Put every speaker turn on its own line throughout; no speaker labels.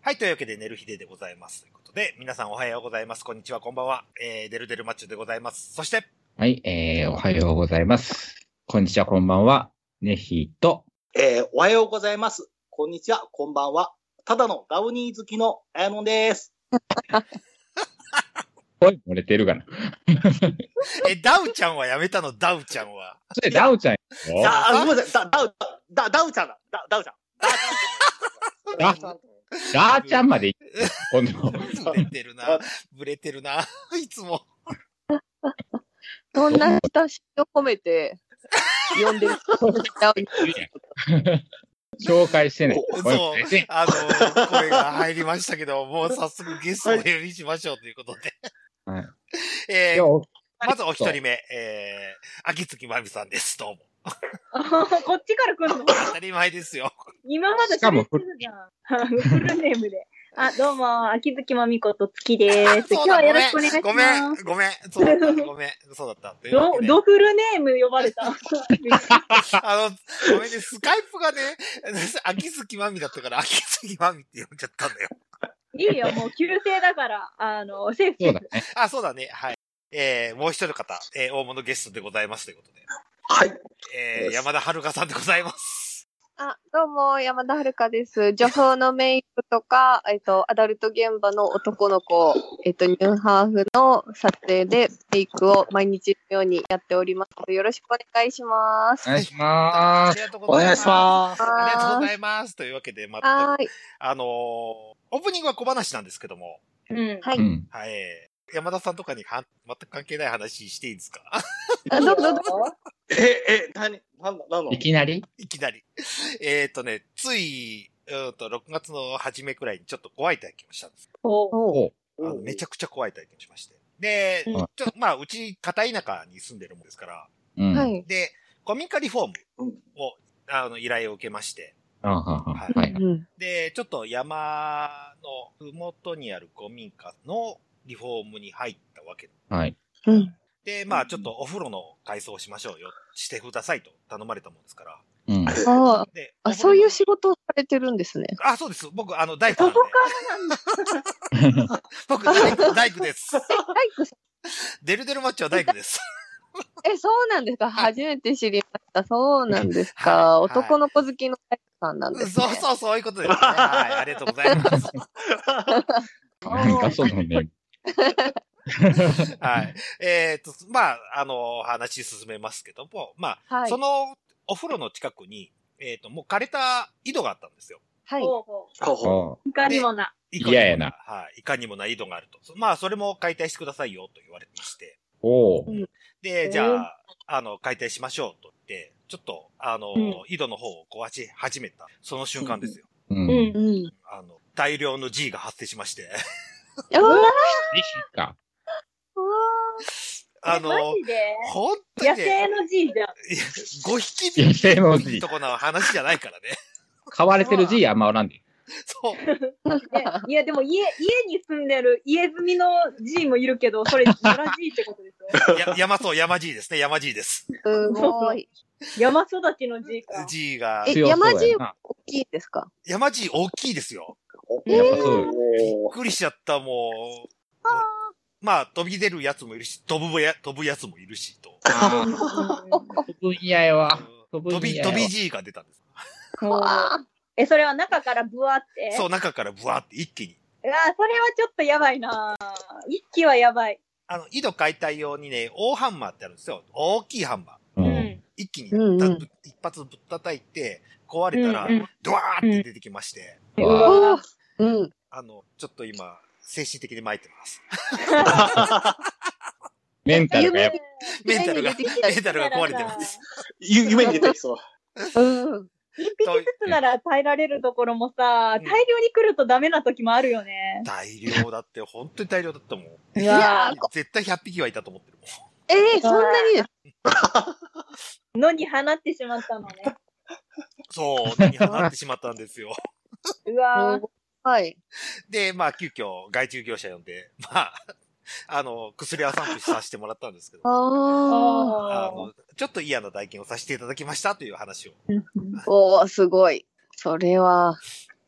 はい、というわけで、寝る日ででございます。ということで、皆さんおはようございます。こんにちは、こんばんは。えー、デルデルマッチョでございます。そして、
はい、えー、おはようございます。こんにちは、こんばんは。ねひと。
えーおはようございます。こんにちは、こんばんは。ただのダウニー好きのあやのんです。
おい、漏れてるかな。
え、ダウちゃんはやめたの、ダウちゃんは。
それ、ダウちゃんよ。
だあ、ごめんなさい。だ、ダウ、だ、ダウちゃんだ。だ、ダウちゃん。
ダウダーちゃんまで行って今度。
ブレてるな。ブレてるな。 いつも。
そんな親しみを込めて、呼んでる。
紹介してね。
そう
これプレゼン
あのー、声が入りましたけ ど、もう早速ゲストをお呼びしましょうということで。
はい
えー
今日
まずお一人目、えー、秋月まみさんです。どうも。
あ こっちから来るの
当たり前ですよ。
今まで
しかも
喋ってるじゃん。フルネームで。あ、どうも、秋月まみこと月です。今
そう
日
だ
はよろしくお願いします。
ごめん、ごめん、ごめん、そうだった、ごめん、そうだった。というわけ
ど、
で
どフルネーム呼ばれた。
あの、ごめんね、スカイプが ね、秋月まみだったから、秋月まみって呼んじゃったんだよ。
いいよ、もう旧姓だから、あの、セーフ
そうだね。
あ、そうだね、はい。えー、もう一人の方、えー、大物ゲストでございますということで。
はい。
え
よ
ー、
し
山田遥さんでございます。
あ、どうも、山田遥です。女装のメイクとか、えっと、アダルト現場の男の子、えっと、ニューハーフの撮影でメイクを毎日のようにやっております。よろしくお願いします。
お
は
願いしま
あ
ーす。
りがとう
お願いします。
ありがとうございます。というわけで、また、
ーい。
あのーオープニングは小話なんですけども、
うん。
は
う
い。
ん。
はい。山田さんとかには全く関係ない話していいですか
あどうぞどうぞ。
え、え、なに、なんだ、なんだ
い。きなり
いきなり。えっ、とね、つい、うんと、6月の初めくらいにちょっと怖い体験をしたんです。
お
おう
お
あのめちゃくちゃ怖い体験しまして。で、
うん
ちょっと、まあ、うち、片田舎に住んでるもんですから、
うん。
は
はい。
い。
で、古民家リフォーム
うん
を、あの、依頼を受けまして、
あはは
はい
は
う
い。
ん
で、ちょっと山のふもとにある古民家のリフォームに入ったわけ。
はい。
うん。
で、まあ、ちょっとお風呂の改装をしましょうよ、してくださいと頼まれたもんですから。
うん。
あー
で、お風
あ、
呂
そう
の
いう仕事をされてるんですね。
あ、そうです。僕、あの、大工なんで。 僕、大工大工です。
大工さ
デルデルマッチョは大工です。
んえ、そうなんですか初めて知りました。そうなんです
はい
か。男の子好きの大工さんなんですね。
そうそう、そういうことですね。はい、ありがとうございます。
なんかそのね、
はい。えっ、と、まあ、あの、話進めますけども、まあ、
はい
そ。のお風呂の近くに、えっ、と、もう枯れた井戸があったんですよ。
はい。
ほうほ
ほうほ
お
う。他にもな。
いかにも
嫌やな。
はい。いかにもない井戸があると。そまあ、それも解体してくださいよと言われてまして。
おう
で、
ー
じゃあ、あの、解体しましょうと言って、ちょっと、あの、
うん
井戸の方を壊し始めた、その瞬間ですよ。
う。
うんん。
うん。
あの、大量の G が発生しまして、
うわ
リヒか。
あ
え
の
マ、ジで
本当
野
にね、
生の G じゃん。
5匹
野生の
い い
G
と。この話じゃないからね。
買われてる G あんまおらんで。
そう。
ねいや、でも家、家に住んでる家住みの G もいるけど、それ、ドラ G ってことですよ。
や山そう、山 G ですね、山 G です。
すごい。
山育ちの G か。
G が、
え
強そうやな。
大きいですか
山 G 大きいですよ。
う。
やっぱそう。
びっくりしちゃった、もう。まあ、飛び出るやつもいるし、飛ぶや、飛ぶやつもいるし、と。
あー
うん
飛ぶんやよ。飛ぶ
飛
ん
び、
やよ
飛び G が出たんです。
わ
え、それは中からブワって。。
そうう、中からブワーって一気に。
ああ、それはちょっとやばいな。一気はやばい。
あの、井戸解体用にね、大ハンマーってあるんですよ。大きいハンマー。
う。
うんん。
一気に、
うんう
た
ん
ぶ一発ぶったたいて、壊れたら
うんうん、
ドワーって出てきまして、
う
う
わ
わ
あうん。
あの、ちょっと今、精神的に巻いてます。
メンタルがやっぱ
メンタルが、
出てきた
メンタルが壊れてます。
ゆ夢に出てきそう。
うん。
一匹ずつなら耐えられるところもさ、大量に来るとダメな時もあるよね。
大量だって、本当に大量だったもん。
い
や
絶対100匹はいたと思ってるもん。
えー、そんなにです
野に放ってしまったのね。
そう、に放ってしまったんですよ。
うわー
はい。
で、まあ、急遽、外注業者呼んで、 まあ、あの、薬は散布させてもらったんですけど、
あ
あ
あー
の、ちょっと嫌な体験をさせていただきましたという話を。
あ。おー、すごい。それは、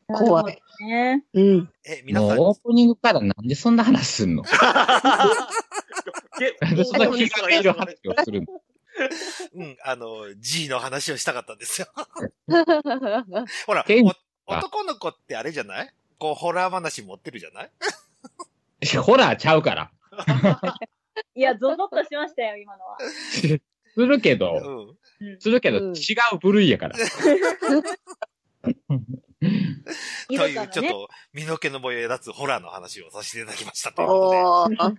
怖い。
ね。
うん。
え、皆
も
さ、
うんオープニングからなんでそんな話すんのなんでそんな気がいる話をするの
うん、あの、G の話をしたかったんですよ。
う
ほら、
ケン
お男の子ってあれじゃないこう、ホラー話持ってるじゃない
いやホラーちゃうから。
いや、ゾゾッとしましたよ、今のは。
するけ
う
ど、
ん。
するけど、
うん
違う部類やから。
と
色
い
か
う、ち
ら
ょっ
ね。
と、身の毛のぼえ立つホラーの話をさせていただきましたというこ
お ー。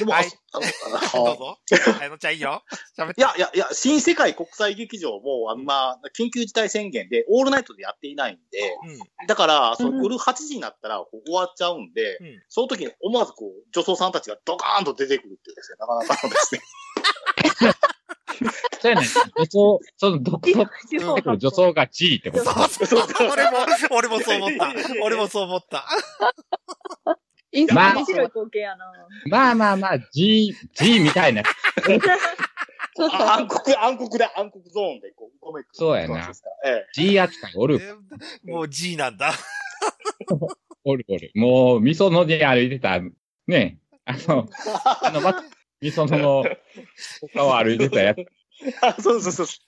でも、
は
あ
い
あ
と
の
で。どうぞ。あのちゃんいいよ。喋って。
いやいやいや、新世界国際劇場も、あんま、緊急事態宣言で、オールナイトでやっていないんで、
うん。
だから、そうの
ん
夜8時になったらこう終わっちゃうんで、
うん
その時に思わずこう、女装さんたちがドカーンと出てくるっていうですね、なかなかのですね。
そうやねん。女装、その独特
地方発
の女装が G ってこと。
そうそうそう。俺も、俺もそう思った
いやいやいやい。や
俺もそう思った。
インス
ま
タ
あ
面
面
白
白
い
い。
光景やな。
まあまあまあ、G、G みたいな。
そうそう
あ暗黒、暗黒で、暗黒ゾーンで、こう、ごめん。
そうやな
ですかえ
G 扱いおる、
えもう G なんだ。
おるおる。もう、みそので歩いてた、ね。あの、あの、ま、みそのの、他を歩いてたやつ。い
え。あそうそうそうそ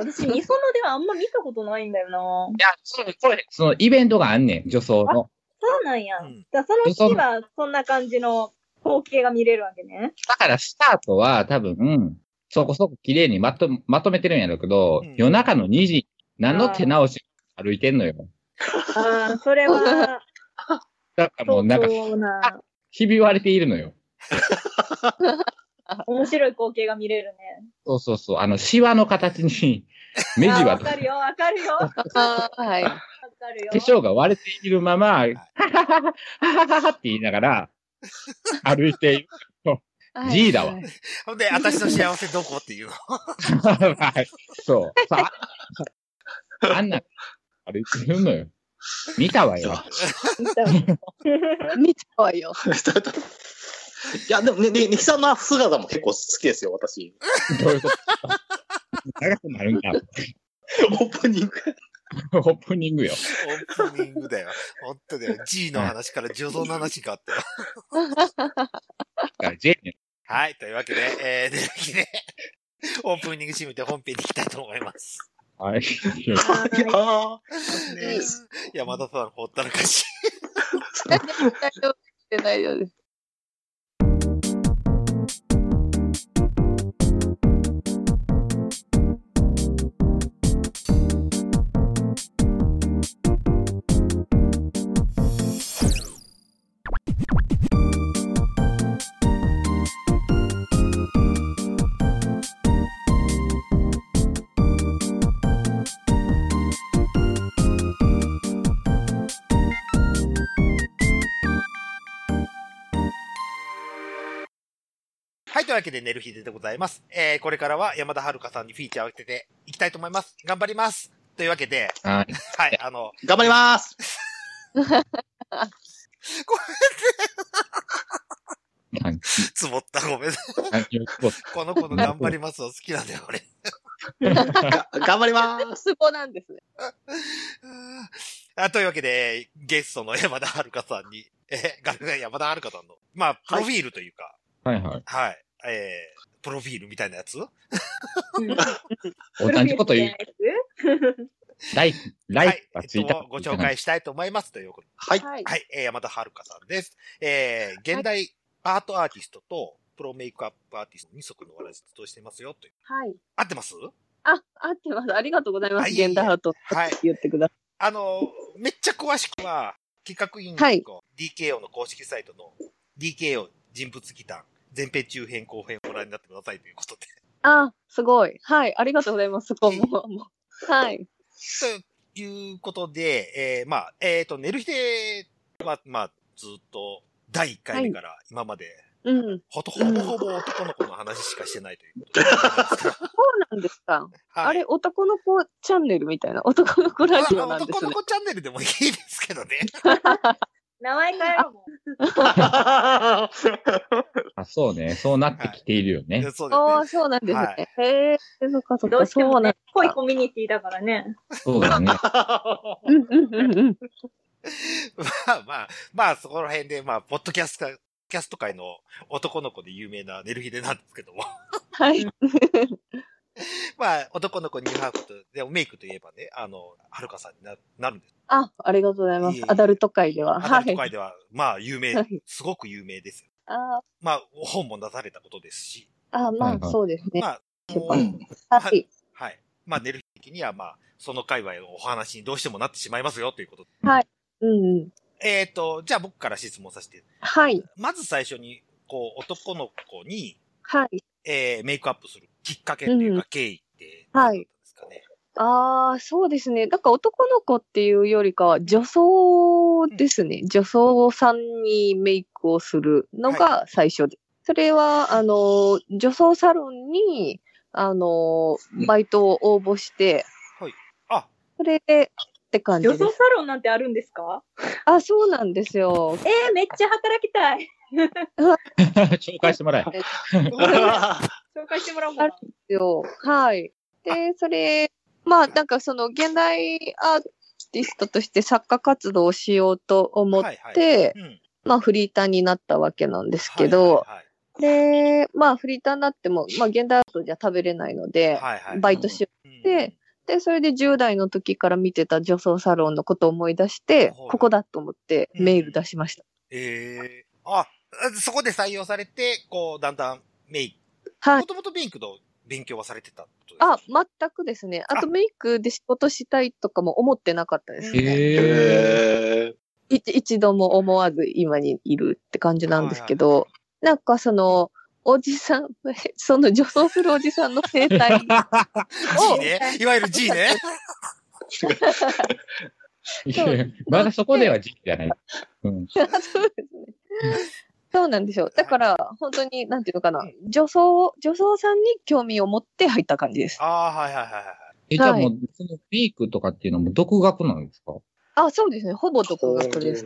私、みそのではあんま見たことないんだよな。
や、そう、これ、そのイベントがあんねん、女装の。
そうなんや。
うん
だからその日は、そんな感じの光景が見れるわけね。
だから、スタートは多分、そこそこ綺麗にまと、まとめてるんやろうけど、
うん
夜中の2時、何の手直し歩いてんのよ。
ああ、それは、
だから もう、なんか、
相当な、
ひび割れているのよ。
面白い光景が見れるね。
そうそうそう。あの、シワの形に、目地
あーわ
は、
か
化
るよ、わかるよ。わか
あーはい。
るよ。
粧が割れているまま、はははははって言いながら、歩いている。
はい
G だわ
はい
ほんで、私の幸せどこっていうの。
はいそう。さあ、あんな、歩いてるのよ。見たわよ。
見たわよ。
う。いや、でもね、ね、ねきさんの姿も結構好きですよ、私。
どういうこと長くなるんだ。
オープニング。
オープニングよ。
オープニングだよ。本当だよ。G の話から女装の話があったよ。
だから J に
はい。というわけで、えー、できね、オープニング締めて本編に行きたいと思います。
はい。
あー
ああ。
え
ね
ー、山田さん、ほったらかし。
大丈夫です大丈夫です。
はい。というわけで、寝る日ででございます。えー、これからは山田遥さんにフィーチャーを当てていきたいと思います。頑張ります。というわけで、
はい。
はい。あの、
頑張ります。
何
つぼった。ごめん なさい。
何をこう
この子の頑張りますを好きなんだよ、俺。
が頑張ります。
ツボなんですね。
あというわけで、ゲストの山田遥さんに、えー、が山田遥さんの、まあ、プロフィールというか、
はいはい。
はい、えー、プロフィールみたいなやつ
同じこと言う。
う。
ライフ、ライフ
は
が
い、
つ
え
い
っと
た。
ご紹介したいと思いますということで。
はい。
はい。
はい、えー山田遥さんです。えー、現代アートアーティストとプロメイクアップアーティストの二足のわらじとしてますよという。
はい。
合ってます
あ、合ってます。ありがとうございま
は
す。
い
現代ハート
はい
って言ってくださ
あのー、めっちゃ詳しくは、企画委員
はい
の DKO の公式サイトの DKO 人物祈祷前編中編後編をご覧になってくださいということで。
い。あ、すごい。はい。ありがとうございます。そこも。もうはい。
ということで、えーまあ、えっ、と、寝る日では、まあ、ずっと、第1回目から今まで、
うん。
ほとほぼほぼ男の子の話しかしてないということで。 は
そうなんですか。あれ、男の子チャンネルみたいな。男の子ラジオ
まあ
なんで
男
す
の
ね。
子チャンネルでもいいですけどね。
名前変えろもん。
あ
あ、そうね。そうなってきているよね。
そうですね
ああ、。そうなんです
は
ね。へえ、そっかそっ
どう
か、
して
そ
も
うなん
ね、濃いコミュニティだからね。
そうだね。
うんうんうんうん。
まあまあ、まあそこら辺で、まあ、ポッドキャスト、キャスト界の男の子で有名なネルヒデなんですけども。
はい。
まあ、男の子ニューハーフと、でもメイクといえばね、あの、はるかさんにななるんです。
あ、ありがとうございま
いえ
す
いえ。
アダルト界では。
アダ
は
ルト
い。
界では、まあ、有名
はい、
すごく有名ですよ。
あ
まあ、本も出されたことですし、
ーあー、
はい
ま
は
あ、
い
そうですね。
まあ、
う
もう
はい。
はい。まあ、寝る日的には、まあ、その界隈のお話にどうしてもなってしまいますよ、ということで。
うんうん。
えっ、と、じゃあ僕から質問させて。
はい。
まず最初に、こう、男の子に、
はい。
えーメイクアップするきっかけっていうか
うん、
経緯って、何だったんですかね。
ああ、そうですね。だから男の子っていうよりかは、女装ですね。女装さんにメイクをするのが最初で。それは、あの、女装サロンに、あの、バイトを応募して、
あ、
それで、って感じ
女
です
装。サロンなんてあるんですか
あ、そうなんですよ。
えー、めっちゃ働きたい。
紹介してもらえ。
紹介してもらおうかな。
よ。はい。で、それ、まあ、なんかその現代アーティストとして作家活動をしようと思っ
はいはい。
て、
うん。
まあ、フリーターになったわけなんですけど、
はいはい
で、まあ、フリーターになっても、まあ、現代アートじゃ食べれないの
はい。
で、
はいはい
バイトしよ
うん
で、うで、それで10代の時から見てた女装サロンのことを思い出し
は
て、
い
ここだと思って
うん
メール出しました。
ええあ、そこで採用されて、こう、だんだんメイク、
は
も
い。
ともとメイクの勉強はされてたってことですか
あ、全くですね。あとメイクで仕事したいとかも思ってなかったです。
えー。
一一度も思わず今にいるって感じなんですけど、なんかその、おじさん、 その女装するおじさんの生態
G ね。いわゆる G ね。
いやまだそこでは時期じゃない。うん。
そうですね。そうなんですよ。だから、本当に、なんていうのかな
う、
女装を、女装さんに興味を持って入った感じです。
ああー、はいはいはいはい。
え、じゃあもう、そのメイクとかっていうのも独学なんですかお
あ、そうですね。ほぼ独学です。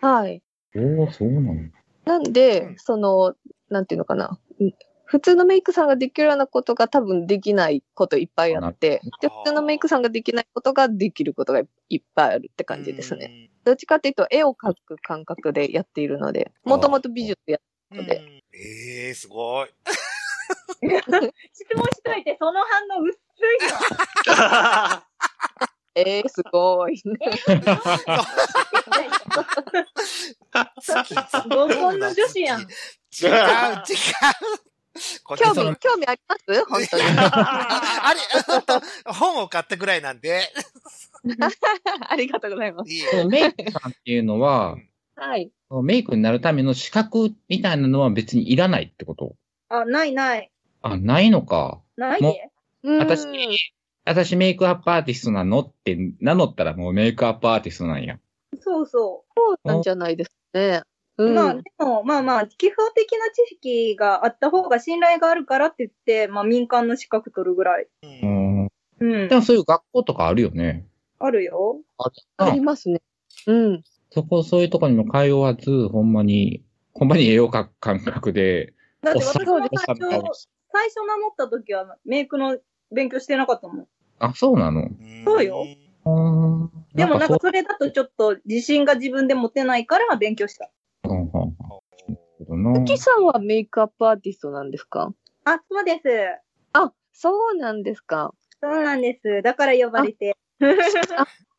はい。
おそうなの
なんで、
うん
その、なんていうのかな、うん普通のメイクさんができるようなことが多分できないこといっぱいあって、で
な
普通のメイクさんができないことができることがいっぱいあるって感じですね。
ね。
どっちかっていうと、絵を描く感覚でやっているので、もともと美術や、
う
で
んええす ごい。
質問しといて、その反応薄いよ。
えー、すご い。
さっき、
合コンの女子やん
違う、違う。こっち
興
そ
味
の、
興味あります本 当に。
あれ、 あほんと本を買ったぐらいなんで。
ありがとうございます。
いい
そのメイクさんっていうのは、
はい。
そのメイクになるための資格みたいなのは別にいらないってこと
あ、ないない。
あ、ないのか。
ない
もう
で。
うーん
私私メイクアップアーティストなのって名乗ったらもうメイクアップアーティストなんや。
そうそ
なんじゃないですかね。
う。
う
まあ、
ん
で。も、まあまあ、基本的な知識があった方が信頼があるからって言って、まあ民間の資格取るぐらい。
う
うんん。
うん
で。もそういう学校とかあるよね。
あるよ。
ありますね。うん。
そこ、そういうとこにも通わず、ほんまに、ほんまに絵を描く感覚で、
だって
おっさ
私
ん
も
おっさんみた
最
いな
初、最初名乗った時はメイクの勉強してなかったもん。
あ、そうなの
そうよ
うーん
でもな
そ
んか
う
それだとちょっと自信が自分で持てないから勉強した。
うんうんうんけどな
うきさんはメイクアップアーティストなんですか
あ、そうです。
あ、そうなんですか。
そうなんです。だから呼ばれて。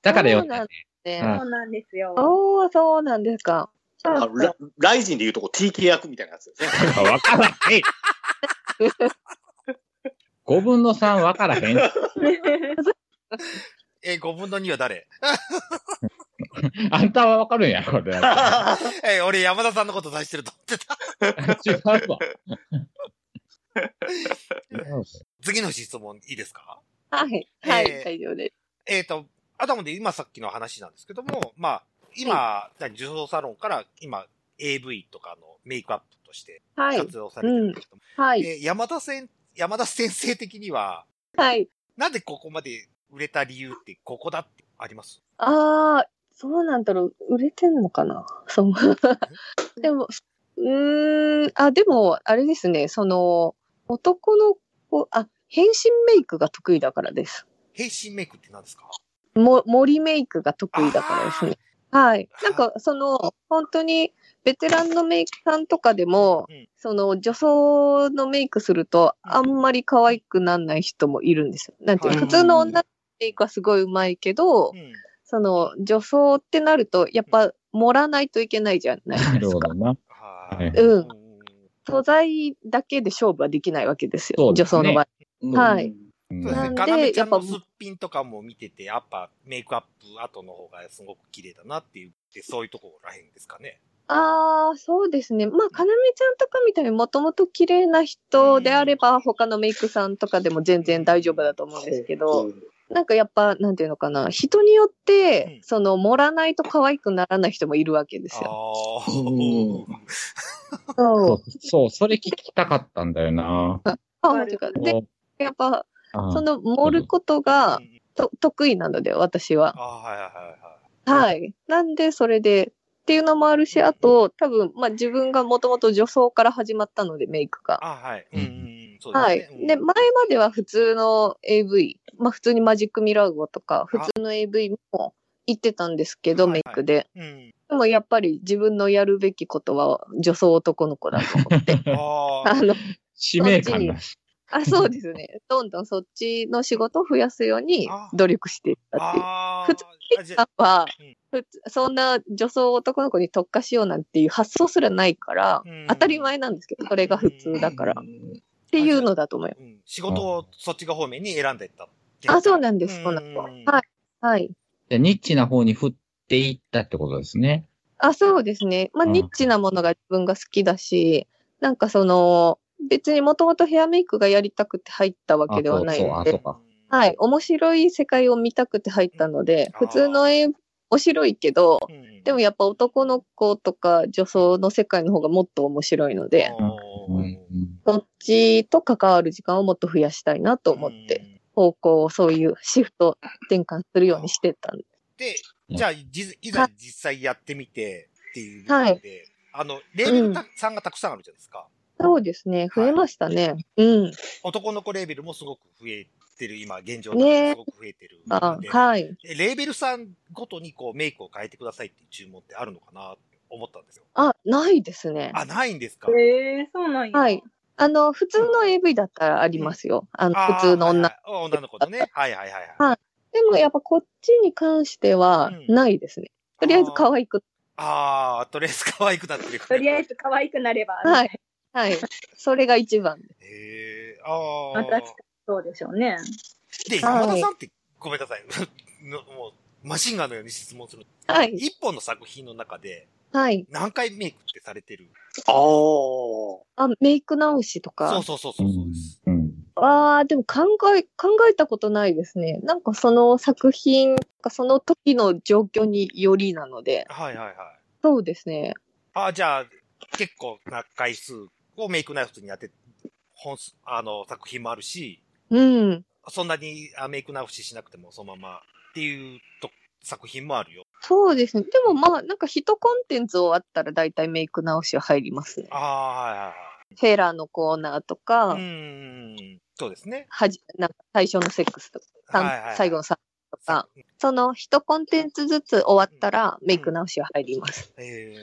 だからよ
そう。なんですね。
あ
そうなんですよ。
おー、そうなんですか。
そうそう
ライジンで言うとこ TK 役みたいなやつですね。
わから へん。5分の3わからへん。
えー、5分の2は誰
あんたはわかるんや、これ。違うわ。
えー、俺山田さんのこと出してると思ってた。 次の質問いいですか
はい。はい、
えー
大丈夫です。
えっ、と、アダムで今さっきの話なんですけども、まあ、今、何受賞サロンから今、AV とかのメイクアップとして
はい
活。動されてるんですけども、
はい。
えー山田先、山田先生的には、
はい。
なんでここまで売れた理由ってここだってあります
あー、そうなんだろう。売れてんのかなそう。でも、うーん、あ、でも、あれですね、その、男の子、あ、変身メイクが得意だからです。
変身メイクって何ですか
も森メイクが得意だからですね。はい。なんか、その、本当に、ベテランのメイクさんとかでも、
うん
その、女装のメイクすると、
うん
あんまり可愛くなんない人もいるんですよ。なんていうの
うん
普通の女のメイクはすごい上手いけど、
うん。
その、女装ってなると、やっぱ、盛らないといけないじゃないですか。
なるほどな。
は
はい
い。
うん
ん。
素材だけで勝負はできないわけです
そ
よ。
うで
女
すね
装の場合。はい
うん
そうですね。
なんで
かなめちゃん
や
の
っぱ
すっぴんとかも見てて、やっぱメイクアップ後の方がすごく綺麗だなっていう、でそういうところらへんですかね。
ああ、そうですね。まあ、かなめちゃんとかみたいにもともと綺麗な人であれば、他のメイクさんとかでも全然大丈夫だと思うんですけど、なんかやっぱ、なんていうのかな、人によっ
うん
て、その、盛らないと可愛くならない人もいるわけですよ。
ああ。
うん
そ
そう
う。、そうそれ聞きたかったんだよな。
あマジかで、
こ
やっぱ、
う
その、盛ることが
うん
と得意なので、私は。
ああ、はいはいはいはい。
はい。なんで、それで、っていうのもあるし、あと、多分、まあ自分がもともと女装から始まったので、メイクが。
あはい。うんうんうん。そう
は
で
い
すね。うん。
で、前までは普通の AV、まあ普通にマジックミラー号とか、普通の AV も行ってたんですけど、
はいはい
メイクで。
うん。
でもやっぱり自分のやるべきことは女装男の子だと思って。
ああ。
あの、
使命感だ。
あ、そうですね。どんどんそっちの仕事を増やすように
あ
努力していったっていう。
ああ。
普通
あじゃ
あは
うん、
普通そんな女装男の子に特化しようなんていう発想すらないから
うん、
当たり前なんですけど、それが普通だから、っ
ん
ていうのだと思います。
うん、仕事をそっちが方面に選んでいった。
あ、そうなんです、
う
そ
ん
うなんです。はい。はい。
じゃあニッチな方に振っていったってことですね。
あ、そうですね。まあ、
うん
ニッチなものが自分が好きだし、なんかその、別にもともとヘアメイクがやりたくて入ったわけではない
そう
の
あ
で、
そうか
はい。。面白い世界を見たくて入ったので、
うん
普通の絵、面白いけど、
うん
でもやっぱ男の子とか女装の世界の方がもっと面白いので、
うん
うん
そっちと関わる時間をもっと増やしたいなと思って、。方向をそういうシフト転換するようにしてったんです。
で、
うん
じゃあ、じいざ実際やってみてっていうので、
はい
あの、レーベルたさんがたくさんあるじゃないですか。
そうですね。増えましたね。うん。
男の子レーベルもすごく増えてる、今、現状だと
ねえ
すごく増えてる
あ
ので、
はい。
でレーベルさんごとにこうメイクを変えてくださいっていう注文ってあるのかなって思ったんですよ。
あ、ないですね。
あ、ないんですか
えー、そうなんや。
はい。あの、普通の AV だったらありますよ。あの、
あー
普通の
は
女。
いはい女の子の ね。はいはいはいはい。
はいでもやっぱこっちに関しては
うん
ないですね。とりあえず可愛く。
ああ、とりあえず可愛くなってる。
とりあえず可愛くなれば。
はい。はい。それが一番。
へえ、ああ。
またそうでしょうね。
で、
はい
山田さんって、ごめんなさい。 のもう、マシンガンのように質問する。
はい。
一本の作品の中で、
はい。
何回メイクってされてる
ああ。
あ、メイク直しと
そ
か
う。そうそう
う
そうそうで
ん
す。
うん
ああ、でも考え、考えたことないですね。なんかその作品か、その時の状況によりなので。
はいはいはい。
そうですね。
ああ、じゃあ、結構な回数をメイクナイフに当て、本数、あの、作品もあるし、
うん。
そんなにあメイク直ししなくてもそのままっていうと作品もあるよ。
そうですね。でもまあ、なんか一コンテンツ終わったら大体メイク直しは入りますね。
ああ、はいはいはい。
フェラのコーナーと
う
か、
ーん、そうですね。
はじなんか最初のセックスとか、さん
はいはいはい
最後の3とか
さ、
その一コンテンツずつ終わったら、メイク直しは入ります。
え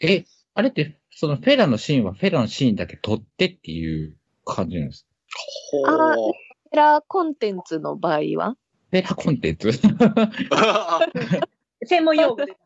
え、あれって、そのフェラのシーンはフェラのシーンだけ撮ってっていう感じなんですか
ほ
あ
う。
フェラコンテンツの場合は、
フェラコンテンツ
専門用語で。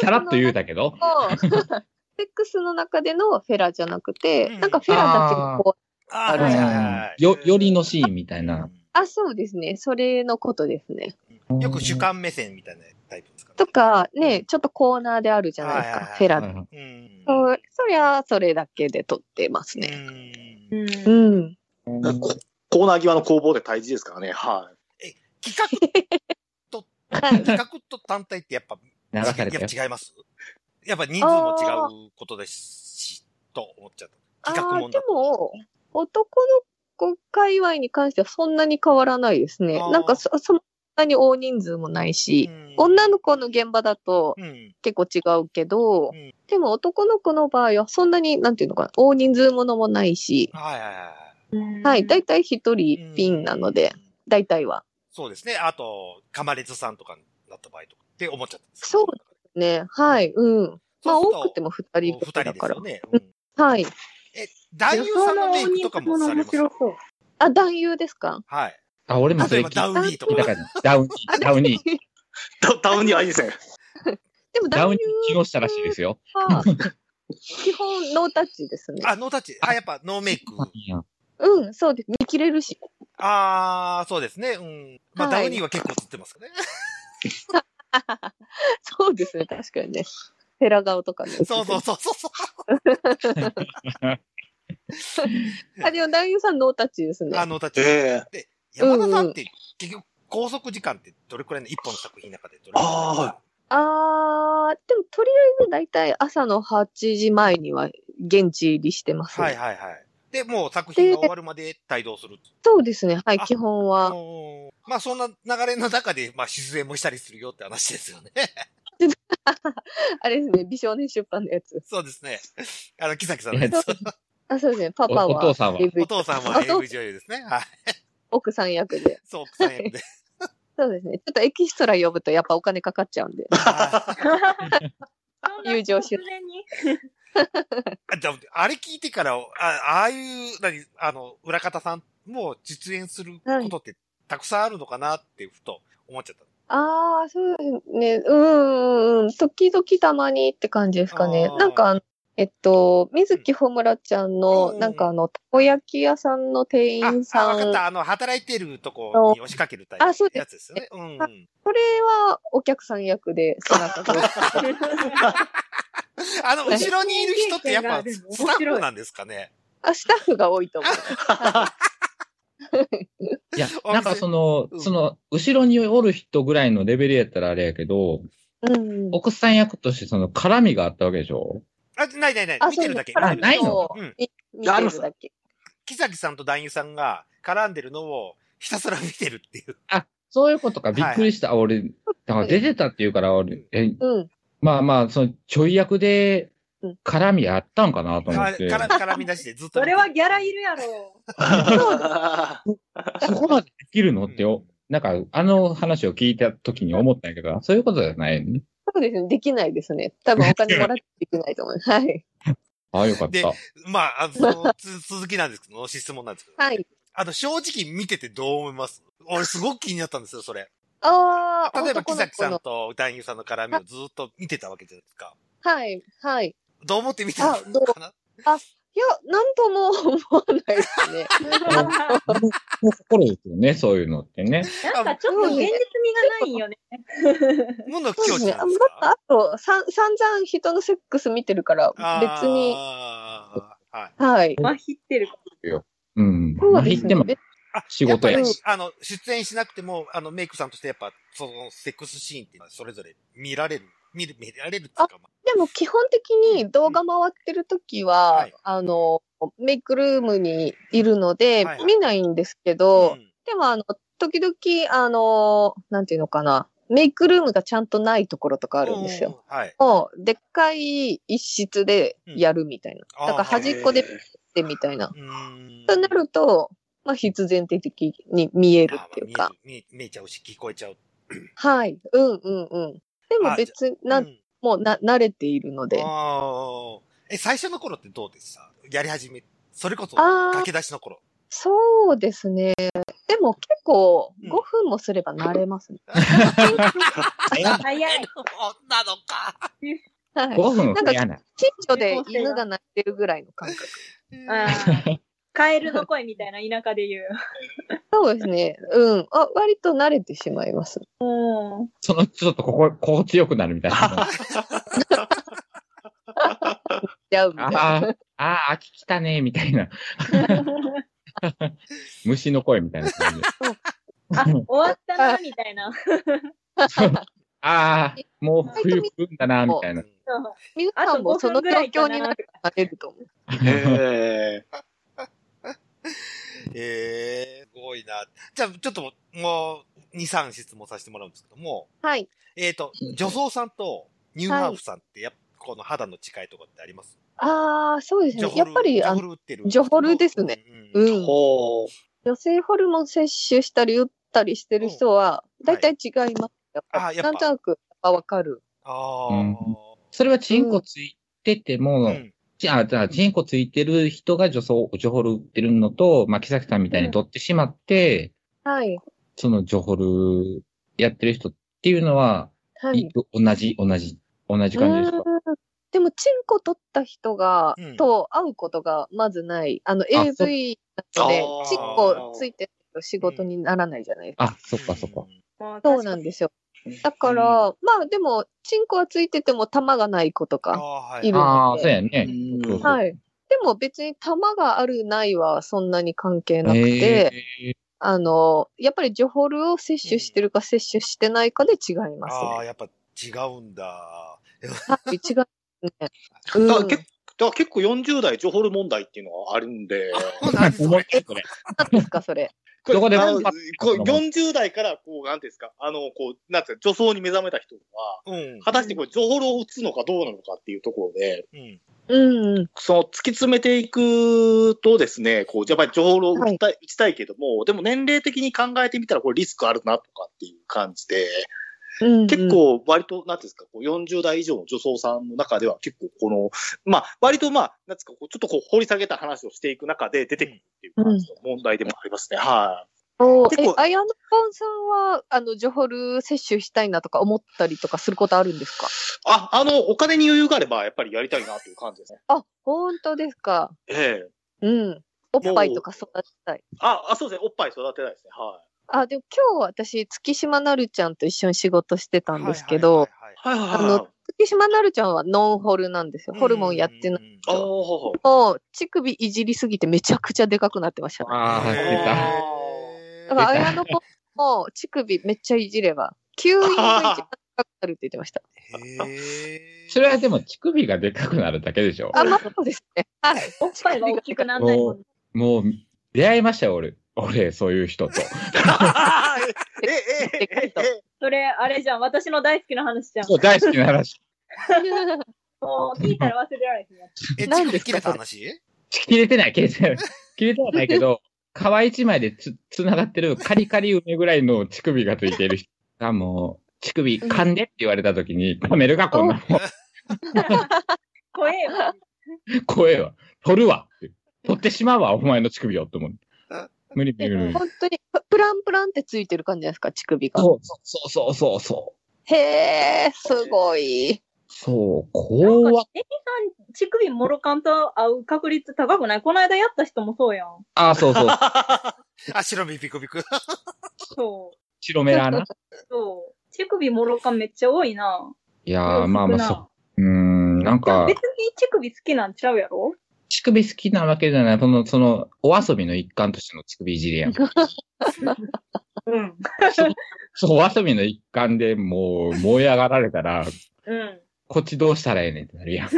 さらっと言うだけど。
セックスの中でのフェラじゃなくて、
うん
なんかフェラだけがこう、
ー、あ
あ
ー
る
はい
じゃ
は
ない
はい
うんよ、よりのシーンみたいな。
あ、そうですね。それのことですね。
うんよく主観目線みたいなタイプですかね。
とか、ね、ちょっとコーナーであるじゃないです
はい
か、
はいはい
フェ
は
ラ
いはい
うん。
そそりゃ、それだけで撮ってますね。
うん
うん。
うん。
こコーナー際の攻防で大事ですからね。はい。
企画 と、
はい
企画と単体ってやっぱ、
流されたよ。
や違いますやっぱ人数も違うことですし、と思っちゃった。企画
あ
も
ー
ん
で
だと。
も、男の子界隈に関してはそんなに変わらないですね
あ。ー
なんかそ、そのなに大人数もないし、女の子の現場だと
うん。
結構違うけど、
うん
でも男の子の場合はそんなに、なんていうのかな、大人数ものもないし、
はいはいは
はい、だいたい一
い。
人ピンなので
う、ん。
だいたいは。
そうですね。あと、カマレツさんとかになった場合とかって思っちゃったんです
そうね、はい、うん。ま
そ
あ
うすると
多くても二人
お
と
二
か
人
だ
で
か
す
ら
よ。ね。うん
はい。
え、男優さんのメイクとかもされます
面白そう。
あ、男優ですか
はい。
あ、俺もそ
例えば
れ聞いた
ダウニーと
聞いた
か。
から、ダウニー、ダウニー、
ダダウンにはいいですね。
でも
ダウ
男
ニ
優
ー木下らしいですよ。
は、基本ノータッチですね。
あ、ノータッチ。あ、やっぱノーメイク。
うん、そうです。見切れるし。
あー、そうですね。うん。まあ、
はい
ダウニーは結構つってますからね。
そうですね、確かにね。ペラ顔とかね。
そうそうそうそうそう。
あ、でも男優さんノータッチですね
あ、。ノータッチ。
ええ
山田さんって、結局、拘束時間ってどれくらいの一本の作品の中でどれくらい
あーは
あー、でもとりあえずだいたい朝の8時前には現地入りしてます、ね。
はいはいはい。で、もう作品が終わるまで帯同する。
そうですね、はい、
あ
基本は。
うんまあそんな流れの中で、まあ出演もしたりするよって話ですよね。
あれですね、美少年出版のやつ。
そうですね。あの、木崎さんの
え
や
っ
つ
と、
あ、そうですね、パパは。
おお父さんは
AV
お父さんは
あと
AV 女優ですね。はい。
奥さん役で。
そう、奥さん 役で。
そうですね。ちょっとエキストラ呼ぶとやっぱお金かかっちゃう んで。
あ
友情し
突然に
でもあれ聞いてから、あああいう、何、あの、裏方さんも実演することってたくさんあるのかなってふと思っちゃった。
ああ、そうですね。うーん、時々たまにって感じですかね
あ。ー
なんかあの、えっと、水木ほむらちゃんの、
うん
なんかあの、たこ焼き屋さんの店員
あ、あ
さ
わかっ
ん、
た。あの、働いてるとこに押しかけるタイ
あそう
プ
です
やつですよね。うん。
これはお客さん役で、背中 が
あの、後ろにいる人ってやっぱスタッフなんですかね。
あ、スタッフが多いと思う。
いや、なんかその、その、後ろにおる人ぐらいのレベルやったらあれやけど、
うん。
奥さん役としてその絡みがあったわけでしょ
あ、ないないない。
あ、
見てるだけ。
そう
あ
見てるだ
な
け
いの
うん
見見てるだけ。
木崎さんと男優さんが絡んでるのをひたすら見てるっていう。
そういうことか、びっくりした。俺、だから出てたっていうから、俺、え、
うん。
まあまあ、その、ちょい役で
うん、
絡みあったんかなと思
か
って。
絡絡み出しでずっと
そ
見て
れ
る。
はギャラいるやろ。
そこまでできるのって
うん、
なんか、あの話を聞いた時に思ったんやけど、そういうことじゃないね。
そうですね。できないですね。多分お金もらってできないと 思う。はい。
ああ、よかっ
で
た。
まあ、あの、そ のつ続きなんですけど、質問なんですけど。
はい。
あの、正直見ててどう思います俺すごく気になったんですよ、それ。
ああ、
例えば木
男の
崎
子
さん
の。
と男優さんの絡みをずっと見てたわけじゃないですか。
はい、はい。
どう思って見てたのかない
や、なんとも思わないで すね。
なん
心ですよね、そういうのってね。
かちょっと現実味がないよね。
もの
そ
境
う
地
ですね。
な
あ
んです
ま
か
あと、さん、散々人のセックス見てるから、別に、
あーはい。
はい。
まひってる。
うん。
そ
ま
う
あ、
で
言
す
って
ね
も。、
別
あ
仕事や
っぱりあの、出演しなくても、あの、メイクさんとしてやっぱ、その、セックスシーンっていうのはそれぞれ見られる、見る、見られるっていうか、ま
でも基本的に動画回ってる時は、
はい
あの、メイクルームにいるので、
はい
見ないんですけ
あ
ど、
うん
でもあの、時々、あの、なんていうのかな、メイクルームがちゃんとないところとかあるんですよ。。
うんはい。
もう、でっかい一室でやるみたいな。
うん
だから
あーはい
端っこで見てみたいな。
うーん。
となると、まあ、必然的に見えるっていう
あ
か
まあ。見える見見えちゃうし、聞こえちゃう。
はい。うんうんうん。でも
あ
別に、な、
うんん
もうな、慣れているので。
あーえ、最初の頃ってどうでしたやり始め、それこそ、
あー
駆け出しの頃。
そうですね。でも結構
うん
5分もすれば慣れますね。
早い。
女のか。
はい。
5分
なんか
嫌な。
近所で犬が鳴ってるぐらいの感覚。
うんカエルの声みたいな田舎で言う。
そうですね。うん。あ、割と慣れてしまいます。
うん。
その、ちょっとここ、心地よくなるみたいな。
やうみたいな。
あーあー、飽ききたね、みたい な。虫の声みたいな感じ。
あ、終わったな、みたいな。
ああ、もう冬来るんだな、みたいな。
そう
皆
あ
さ
と
んも
5
そ
分
の
ぐ
状
らい
況
か
に
な
な。れると思う。
ええ
ええすごいな。じゃあ、ちょっともう、 2、3質問させてもらうんですけども、
はい。
えっ、と、女装さんとニューハーフさんって、やっぱこの肌の違いとかってあります
ああ、そうです
ジョ
ね。
ホ
や
ル
っぱり、
ジョ
あ
ホ
の、
ル打ってる。
ジョホルですね
うん。うん
うん。
ほう。
女性ホルモン摂取したり打ったりしてる人
うん
は、
は
だ
い
いたい違います。やっぱ
あーやっぱ
なんとなく、やっぱわかる。
あ
それはチンコついてて
あ。
も、
うん。
ちあ、じゃあ、チンコついてる人が女装、女ホル売ってるのと、巻崎さんみたいに取ってしまって、
はい。
その女ホルやってる人っていうのは、
はいい。
同じ、同じ、同じ
う
感じですか
ーんでも、チンコ取った人が、
うん
と会うことがまずない。あの、
あ
AV なので
あー、
チンコついてないと仕事にならないじゃないですか。
あ、そっかそっか。
まあ、
そうなん
で
ですよ。だから、まあでも、チンコはついてても玉がない子と
あ
か。
あ、はいい。
る
ああ、そうや
う
ね。
ん
そうそうそう
はい。でも別に玉があるないはそんなに関係なく
え
て、
え
あの、やっぱりジョホルを摂取してるか摂取してないかで違います
ああ、
ね。
やっぱ違うんだ。
はい、違いますね。
だか
う
ら
ん
けだから結構40代ジョホル問題っていうのがあるんで、
もう何そ
思い
れ
っきりそれ。
何ですか、それ。
これ
どこでも
あの
パッ
こう40代から、こう、なんていうんですか、あの、こう、なんていうんですか、女装に目覚めた人は、
うん。
果たしてこれ、ジョホルを打つのかどうなのかっていうところで、
うん。
うん。
その突き詰めていくとですね、こう、やっぱり情報を打ちたい,、打ちたいけども、でも年齢的に考えてみたらこれリスクあるなとかっていう感じで、
うん
結、構割と、なんていうんですか、こう40代以上の女装さんの中では結構この、まあ、割とまあ、なんていうんですか、こうちょっとこう掘り下げた話をしていく中で出てくるっていう感じの問題でもありますね。はい。
おー
結構
え、綾野剛さんは、あの、ジョホル摂取したいなとか思ったりとかすることあるんですか
あ、あの、お金に余裕があればやっぱりやりたいなという感じですね。
あ、本当ですか。
ええ
うん。おっぱいとか育てたい。
あ、あ、そうですね。おっぱい育てないですね。は
あ、でも今日私、月島なるちゃんと一緒に仕事してたんですけど、
はいはいはいはい。
い。はいはい
あ
はい。
の月島なるちゃんはノンホルなんですよ。ホルモンやってない。
い
ああ、はいはい
もう、乳首いじりすぎてめちゃくちゃでかくなってましたね。
ああ、出た。
だから、綾野剛も乳首めっちゃいじれば、吸引が一番高くなるって言ってました。
へえ。
それはでも乳首がでかくなるだけでしょ。
あ、まあそうですね。はい。
おっぱいは大きくなんないもん。
もう、出会いましたよ、俺。俺、そういう人と。
え、え、え、え、え、
それ、あれじゃん。私の大好きな話じゃん。
そう、大好きな話。
もう、聞いたら忘れられへんやつ。
え、
何
乳
で
首切れ
すか
た話
切れてない、切れてない。切れてはないけど、皮一枚でつ、つながってるカリカリ梅ぐらいの乳首がついている人がもう、乳首噛んでって言われた時に、噛めるか、こんなの。
怖えわ。
怖えわ。取るわって。取ってしまうわ、お前の乳首をって思う
あ。
無理無理無理。
本当に、プランプランってついてる感じじゃないですか、乳首が。
そうそうそうそうそう。
へえ、すごい。
そう、
なん
怖
か
っ。、
ネギさん、乳首もろかんと合う確率高くないこの間やった人もそうやん。
あ、そうそう。
あ、白身ビクビ ク。
そ
白目だな。
う。そう。乳首もろかんめっちゃ多いな。
いやー、まあまあ、
少
そ
な
う。うーん、なん
でも
か
別、に乳首好きなんちゃうやろ
乳首好きなわけじゃない。その、その、お遊びの一環としての乳首いじりやん。
うん。
そう、お遊びの一環でもう、燃え上がられたら、
うん。
こっちどうしたらええねんってなるやん。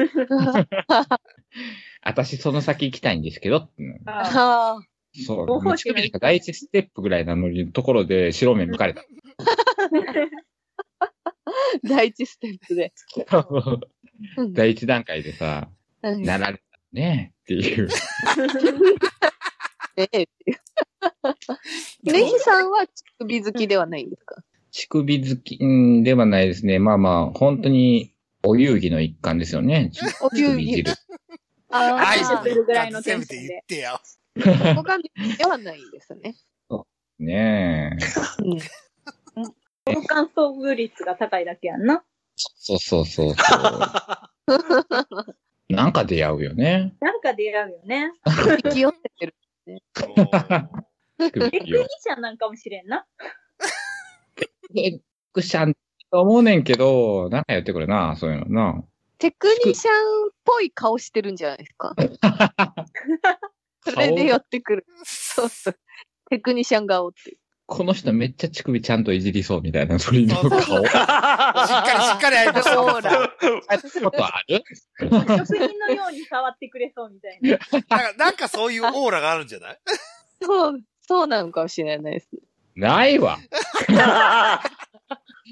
私、その先行きたいんですけどってなる
あ
あー
そう、
ご
も
奉
う
仕
乳
の
首
一環
しか第一ステップぐらいなのに、ところで白目向かれた。
第一ステップで。うん
第一段階でさ、
うん
なられたねっていう。
ねえっていう。ネギさんは乳首好きではないんですか
乳首好きうんではないですね。まあまあ、本当に、お遊戯の一環ですよね。
お
乳
遊
首いじ
戯
る。
あ
あ
愛
ー
して
するぐらいのテンシ
せ
ョン
めて言
で
っ。てよ。
そこがではないんですね。
ねえ。
うん
股間遭遇率が高いだけやんな。
そうそうそう そう。なんか出会うよね。
なんか出会うよね。
勢いってる。
おー
乳首
テクニ
を。
シャンなんかもしれんな。
テクシャンと思うねんけど、なんかやってくるな、そういうの
テクニシャンっぽい顔してるんじゃないです か。
な。
それで寄ってくる。そうそう。テクニシャン顔っていう。
この人めっちゃ乳首ちゃんといじりそうみたいな、それの
そう
顔。
しっかりしっかり会えました。
オーラ。
あったことある
職人のように触ってくれそうみたいな。
なんかなんかそういうオーラがあるんじゃない
そう、そうなのかもしれないです。
ないわ。
あ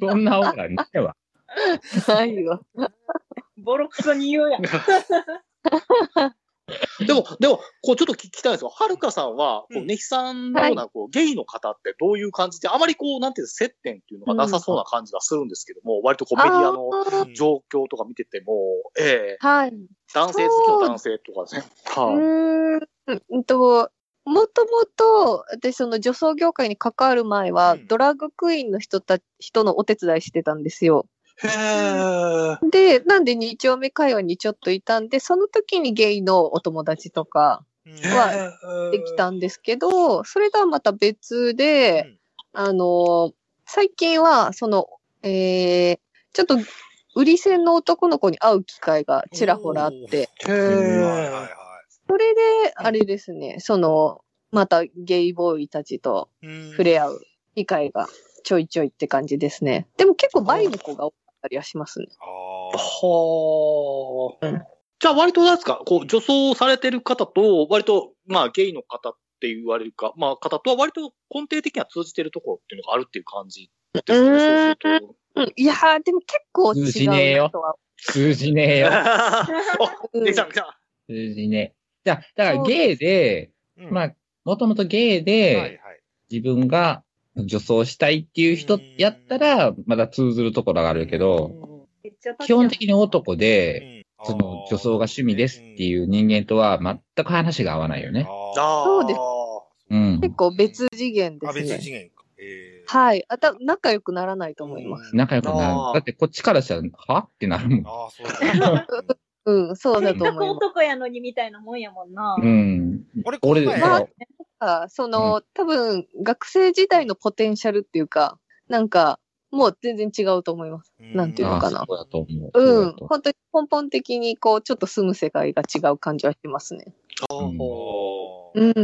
そんなオーラないわ。
ないわ。
ボロクソに言うやん。
ーでも、でも、こうちょっと聞きたいんですよ。はるかさんは、こ
う
う、
ん
ネヒさんのような、こう、ゲイの方ってどういう感じで、あまりこう、なんていうの接点っていうのがなさそうな感じがするんですけども、割とこう、メディアの
あー
状況とか見てても、ええ
はい。
男性好きの男性とかですね。は
うーんと、もともと、私、その女装業界に関わる前は、
うん
ドラッグクイーンの人た人のお手伝いしてたんですよ。
い。へえ。
で、なんで二丁目会話にちょっといたんで、その時にゲイのお友達とか
うん
うわで
で
きたんですけど、それとはまた別で、
うん
あの、最近は、その、えー、ちょっと、売り線の男の子に会う機会がちらほらあって、
へ
はいはい
え。
は
それで、あれですね、その、またゲイボーイたちと
い。うん
触れ合う機会がちょいちょいって感じですね。でも結構バイの子が多かったりはしますね。
ああ。
はあ、
うん
じゃあ割となんですか、こう、女装されてる方と、割と、まあ、ゲイの方って言われるか、まあ、方とは割と根底的には通じてるところっていうのがあるっていう感じです
う
ね。
ーん
そうすると。
うん、いやー、でも結構
通じねえ
違う
よ
なとは。
通じねえよ。
あ、
うん
できた、できた。
通じねえ。じゃあ、だから
そう
ゲイで、
うん
まあ、もともとゲイ
はい
で、
はい。
自分が女装したいっていう
う
人
ん
やったら、まだ通ずるところがあるけど、
めっちゃ高い
基本的に男
う
で、
ん
その女装が趣味ですっていう人間とは全く話が合わないよね。
ああ。
そう
です
うん。
結構別次元で
あ、
す
別
ね。
次元か。えー
はい。あた、仲良くならないと思います。
仲良くなる
あー。
だってこっちからしたら、はってなるもん。
ああ、そう だ。
うん、そうだと
男
思います。
男やのにみたいなもんやもんな。
うん。
俺、
俺、
この前
まあ
あその、多分、学生時代のポテンシャルっていうか、なんか、もう全然違うと思います。なんていうのかな
あーそうだと思う。
う
そだと
ん。本当に根本的に、こう、ちょっと住む世界が違う感じはしますね。
うん
おー
うん。
匂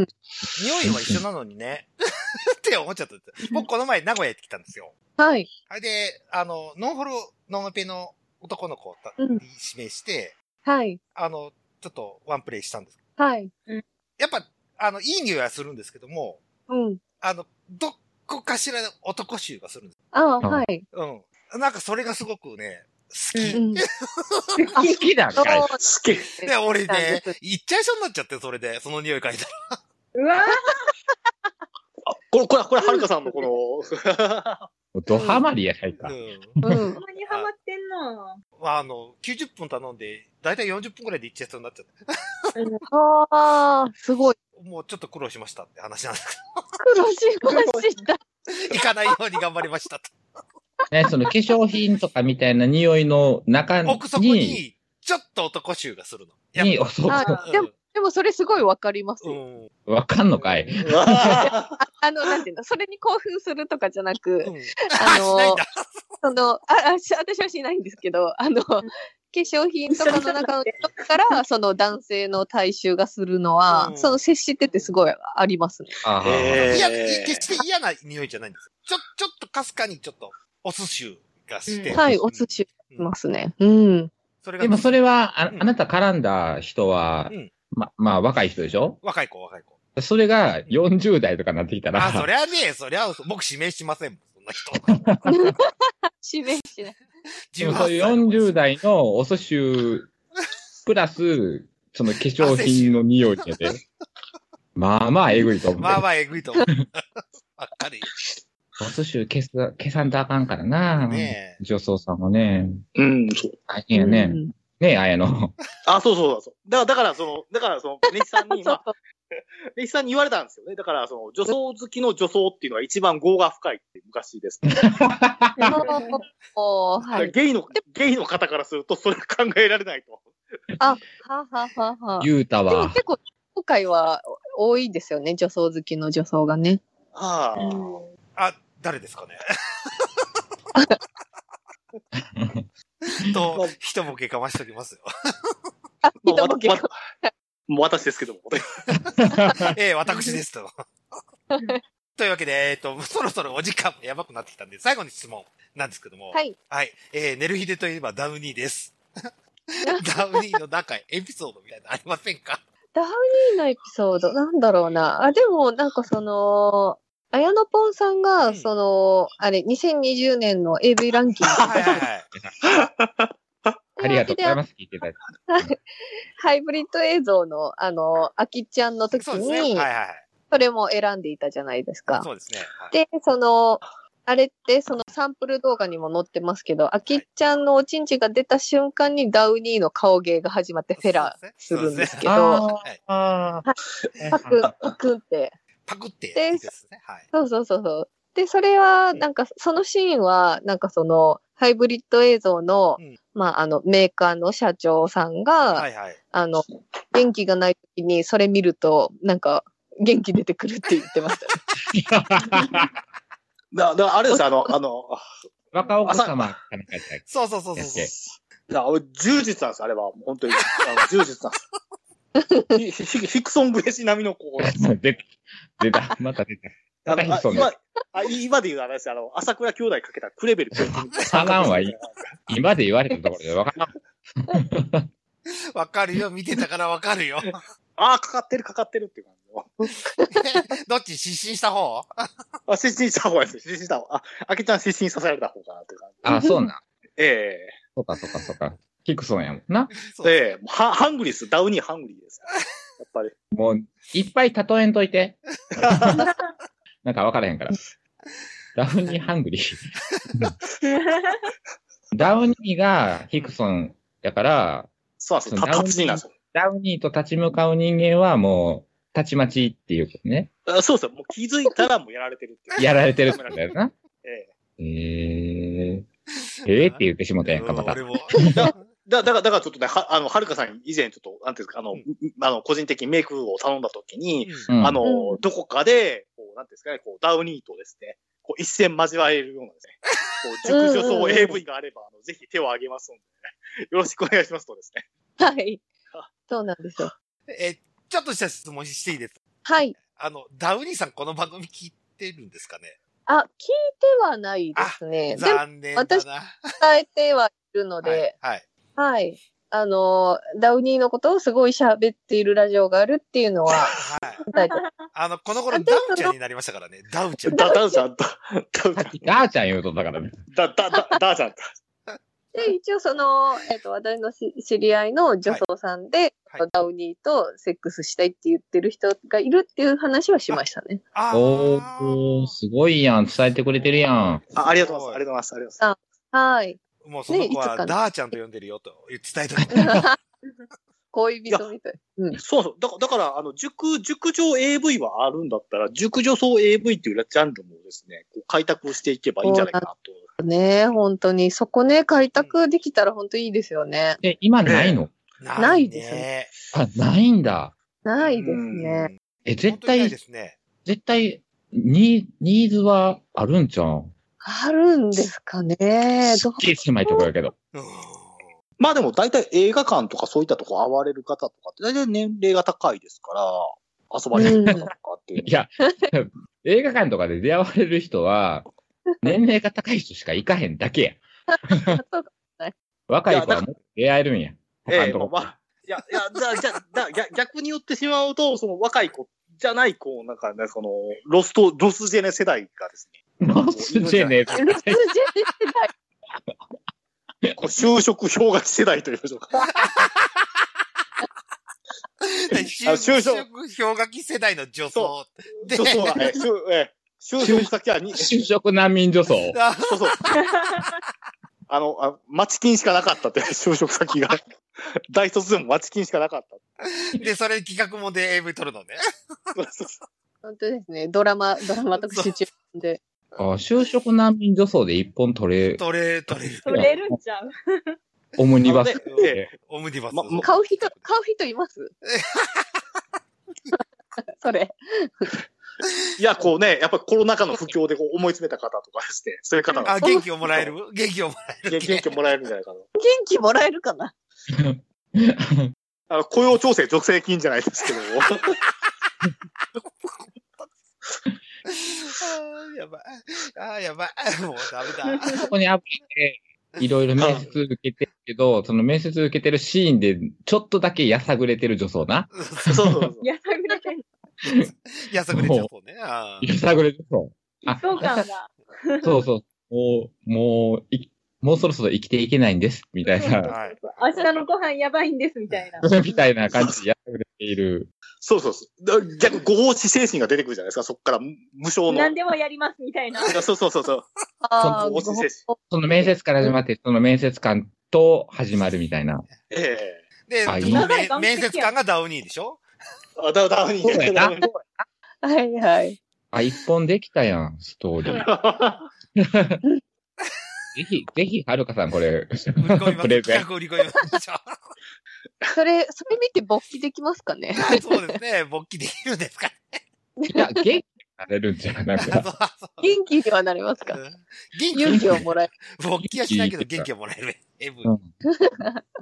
いは一緒なのにね。 って思っちゃった。僕、この前、名古屋行ってきたんですよ。
はい。
あれで、あの、ノンフォルノンペの男の子をた
うん
指名して、
はい。
あの、ちょっとワンプレイしたんです。
はい。
やっぱ、あの、いい匂いはするんですけども、
うん。
あの、どこかしらの男臭がするんです。
ああ、
あ
はい。
うん。なんかそれがすごくね、好き。
うん。
好きなんかい
そう
すげえ。
で、俺ね
なんで、
行っちゃいそうになっちゃって、それで、その匂い嗅いだら。
うわ
あこれ、これ、これ、はるかさんのこの、
ドハマりやないか
う。ん。
うん
ほん。まにハマってんな。
まあ、あの、90分頼んで、だいたい40分くらいで行っちゃいそうになっちゃって、
ああ、すごい。
もうちょっと苦労しましたって話なんです
黒しました。
けど、行かないように頑張りましたと。
ね、その化粧品とかみたいな匂いの中に、
奥底に、ちょっと男臭がするの。やっ
に、おそう
は
あ
い。でも、でもそれすごいわかります
う
よ。
ん。うん。
わかんのかい。
あの、なんていうの、それに興奮するとかじゃなく、
うん
あの
しないんだ。
そのああし私はしないんですけどあの化粧品とかの中のとこからその男性の体臭がするのは、
うん
その接しててすごいありますね。
ああ、
え
いや、
えー
決して嫌な匂いじゃないんですよ。ちょ、ちょっとかすかにちょっと、お寿司がして。
うん
はい、お寿司しますね。うん。
それが、
でもそれは、あ
うん
あなた絡んだ人は
うん、
ま、まあ若い人でしょ
若い子、若い子。
それが40代とかになってきたら、
あ、そりゃね、そりゃ、僕指名しませんもん、そんな人。
指名しない。
でもそういう40代のお寿司プラス、その化粧品の匂いで、まあまあえぐいと思う。
まあまあ、えぐいと思う。 ばっかり。
お寿司消す、消さんとあかんからな。
ね
女装さんもね、
うん、そう。
大変やね。
うん
ねえ、あやの。
あ、そうそうそう。だから、だから、その、だから、その、ネヒさんに、
そ
ま
う
あレイさんに言われたんですよね。だから、その、女装好きの女装っていうのは一番業が深いって昔です、ね。
おーはい。
ゲイの、ゲイの方からすると、それは考えられないと。
はははは。
ゆうた
でも
は。
結構今回は多いですよね、女装好きの女装がね。
ああ。
え。あ、誰です かね。と、一ボケかましときますよ。
あ、
ま
人
あ
も結
わ
構。
もう私ですけども。
ええ、私です と。というわけで、えっ、と、そろそろお時間もやばくなってきたんで、最後に質問なんですけども。
はい。
はい。えー、寝る日でといえばダウニー です。ダウニーの中へエピソードみたいなのありませんか
ダウニーのエピソード、なんだろうな。あ、でも、なんかその、綾野ポンさんが、
うん
その、あれ、2020年の AV ラ ンキング。
はいはいはい。
ありがとうござい
す。
ます。聞いていただいて。
ハイブリッド映像の、あの、あきちゃんの時
そうですね。はい
に
は、いはい。
それも選んでいたじゃないですか。
そうですね。はい
で、その、あれって、そのサンプル動画にも載ってますけど、あきっちゃんのおちんちが出た瞬間にダウニーの顔芸が始まってフェラーするんですけど、
はいはい
あー
パクン、パクンって。
パクっていいですね。はい。
そうそうそうそう。で、それは、なんか、そのシーンは、なんかその、ハイブリッド映像の、
うん
まあ、あの、メーカーの社長さんが、
はいはい。
あの、元気がない時にそれ見ると、なんか、元気出てくるって言ってました。
だ、だ、あれです、あの、あの、あ
若お子様かなんかやったっけ
そうそうそうそうそう。
だ俺、充実なんです、あれは。本当に。あの充実なんです。ひひひフィクソングレシ並みのこう。
出た。 出た。また出た。た
あ
だ
の
ヒク
あ
ソン
今、あ今で言うあれです、あの、朝倉兄弟かけたクレベル教 授。
サランはいい今で言われたところでわからん。
わかるよ。見てたからわかる よ。
ああ、かかってる、かかってるっていう感じの。
どっち失神した方
あ、失神した方がいいです。失神した方が。あ、あけちゃん失神させられた方かなっていう感じ。
あ、そうなん。
え
そうか、そうか、そうか。ヒクソンやもんな。
そ
え
う
ええはハングリーです。ダウニーハングリーです。やっぱり。
もう、いっぱい例えんといて。なんかわからへんから。ダウニーハングリー。ダウニーがヒクソンやから、
そうなんですよ。
そう
た達人なんですよ。
ダウニーと立ち向かう人間はもう、たちまちっていうことね。
あそうですよ。もう気づいたらもうやられてるっていう。
やられてるってことだよな。
え
えー、えーって言ってしもたやんか、また
俺。も。
えだ、だから、だからちょっとね、は、あの、はるかさんに以前ちょっと、なんていうんですか、あの、
うん
あの、個人的にメイクを頼んだときに、
うん
うん
あの、
うん
どこかで、こう、なんていうんですかね、こう、ダウニーとですね、こう、一線交われるようなですね、こう、熟女層 AV があれば、あの、ぜひ手を挙げますので、ね、よろしくお願いしますとですね。
はい。そうなんですよ。
え、ちょっとした質問していいですか
はい。
あの、ダウニーさんこの番組聞いてるんですかね
あ、聞いてはないですね。でも
残念だな。
伝えてはいるの
はい
で、。
はい。
はい、あの、ダウニーのことをすごい喋っているラジオがあるっていうの は、
はい
伝えて
あの、この頃
あ
ダ
でも
ウちゃんになりましたからね。ダウちゃん。
だ、 ダウちゃん、だ、ダウ
さ
ちゃ
っきダーちゃん言うとったからね。
ん、だ、だ、だ、ダーちゃん、
で、一応その、えっ、と、私のし知り合いの女装さんで、
はいはい
ダウニーとセックスしたいって言ってる人がいるっていう話はしましたね。
あ
お
ー
ー、すごいやん。伝えてくれてるやん。
あ。ありがとうございます。ありがとうございます。ありがとうございます。
はい。
もうその子
ねいつ
は
か
ダーちゃんと呼んでるよと伝えとく。
恋人みたい。うん。
そうそう。だから、だからあの、熟、熟女 AV はあるんだったら、熟女層 AV っていうジャンルもですね、こう開拓していけばいいんじゃないかなと。
ねえ、本当に。そこね、開拓できたら本当いいですよね。
え、今ないの
ないですね
あ、ないんだ。
ないです
うん
ね。
え、絶
本当にない
対
で、すね。
絶対、ニニーズはあるんじゃん。
あるんですかね。
す
ど
っげえ狭いとこやけど。
うん
まあでも、大体映画館とかそういったとこわれる方とかって、大体年齢が高いですから、遊ばれる方とかっていうのは。
いや、映画館とかで出会われる人は、年齢が高い人しか行かへんだけや。若い子はもっと出会えるんや。他
え
の
え
とこ
まあまあ、いや、いや、じゃあ、じゃあだ逆逆に言ってしまうと、その若い子じゃない子、なんかね、その、ロスト、ロスジェネ世代がです
ロスジェネ
ルスジェ
ね、こう就職氷河期世代というの か、
就
あ就職
職氷河期世代の女装で、
そうそうええ就ええ就職先はに、
就職難民女装。
あ
そうそう。あの、あ待ち金しかなかったって、就職先が。大卒でも待ち金しかなかった。
で、それ企画もで AV 撮るの ね。
そうそうそ
本当ですね。ドラマ、ドラマ特集中で。
あ就職難民女装で一本取れ、
撮れ、撮れる。
取れるんちゃう
オム
う
ニバス。
なのでええ
オムニバス。
まま
買う人、買う人いますそれ。
いや、こうね、やっぱコロナ禍の不況でこう思い詰めた方とかですね、そういう方が
あ、元気をもらえる元気をもら
元気をもらえるんじゃないかな。
元気もらえるかな
あの、雇用調整助成金じゃないですけど。
える。あーやばい。あーやばい。 もうダメだ。
そこにあぶって、いろいろ面接受けてるけ ど、その面接受けてるシーンで、ちょっとだけやさぐれてる女装な。
そうそうそう。
やさぐれてん
やさぐれちゃそうね。あー
やさぐれて そう。あ
そうかんだ。
そうそう。もう、もう、いもうそろそろ生きていけないんです、みたいな、
はい。
明日のご飯やばいんですみたいな。
みたいな感じでやってくれている。
そうそうそう。だ逆にご奉仕精神が出てくるじゃないですか、そこから無無償の。
何でもやりますみたいな。
そうそうそうそう。
あー
ご奉仕精神。
その面接から始まって、その面接官と始まるみたいな。
え
で、
あいい
その
長い
面
眼
面
的や
接官がダウニーでしょ
えあ、だ、だ、に。
そうやな。
はいはい。
あ、一本できたやん、ストーリー。ぜひ、ぜひ、はるかさん、これ、
売り込みま
プ
す。企
レゼン。
画売り込みましょ
それ、それ見て勃起できます かね
う そうですね。勃起できるん ですか
いや、元気になれるんじゃないなん
あ
か、
そうあそ
元気にはなりますか
う元
勇気をもらえ
気、勃起はしないけど元気をもらえる。エブ。
うん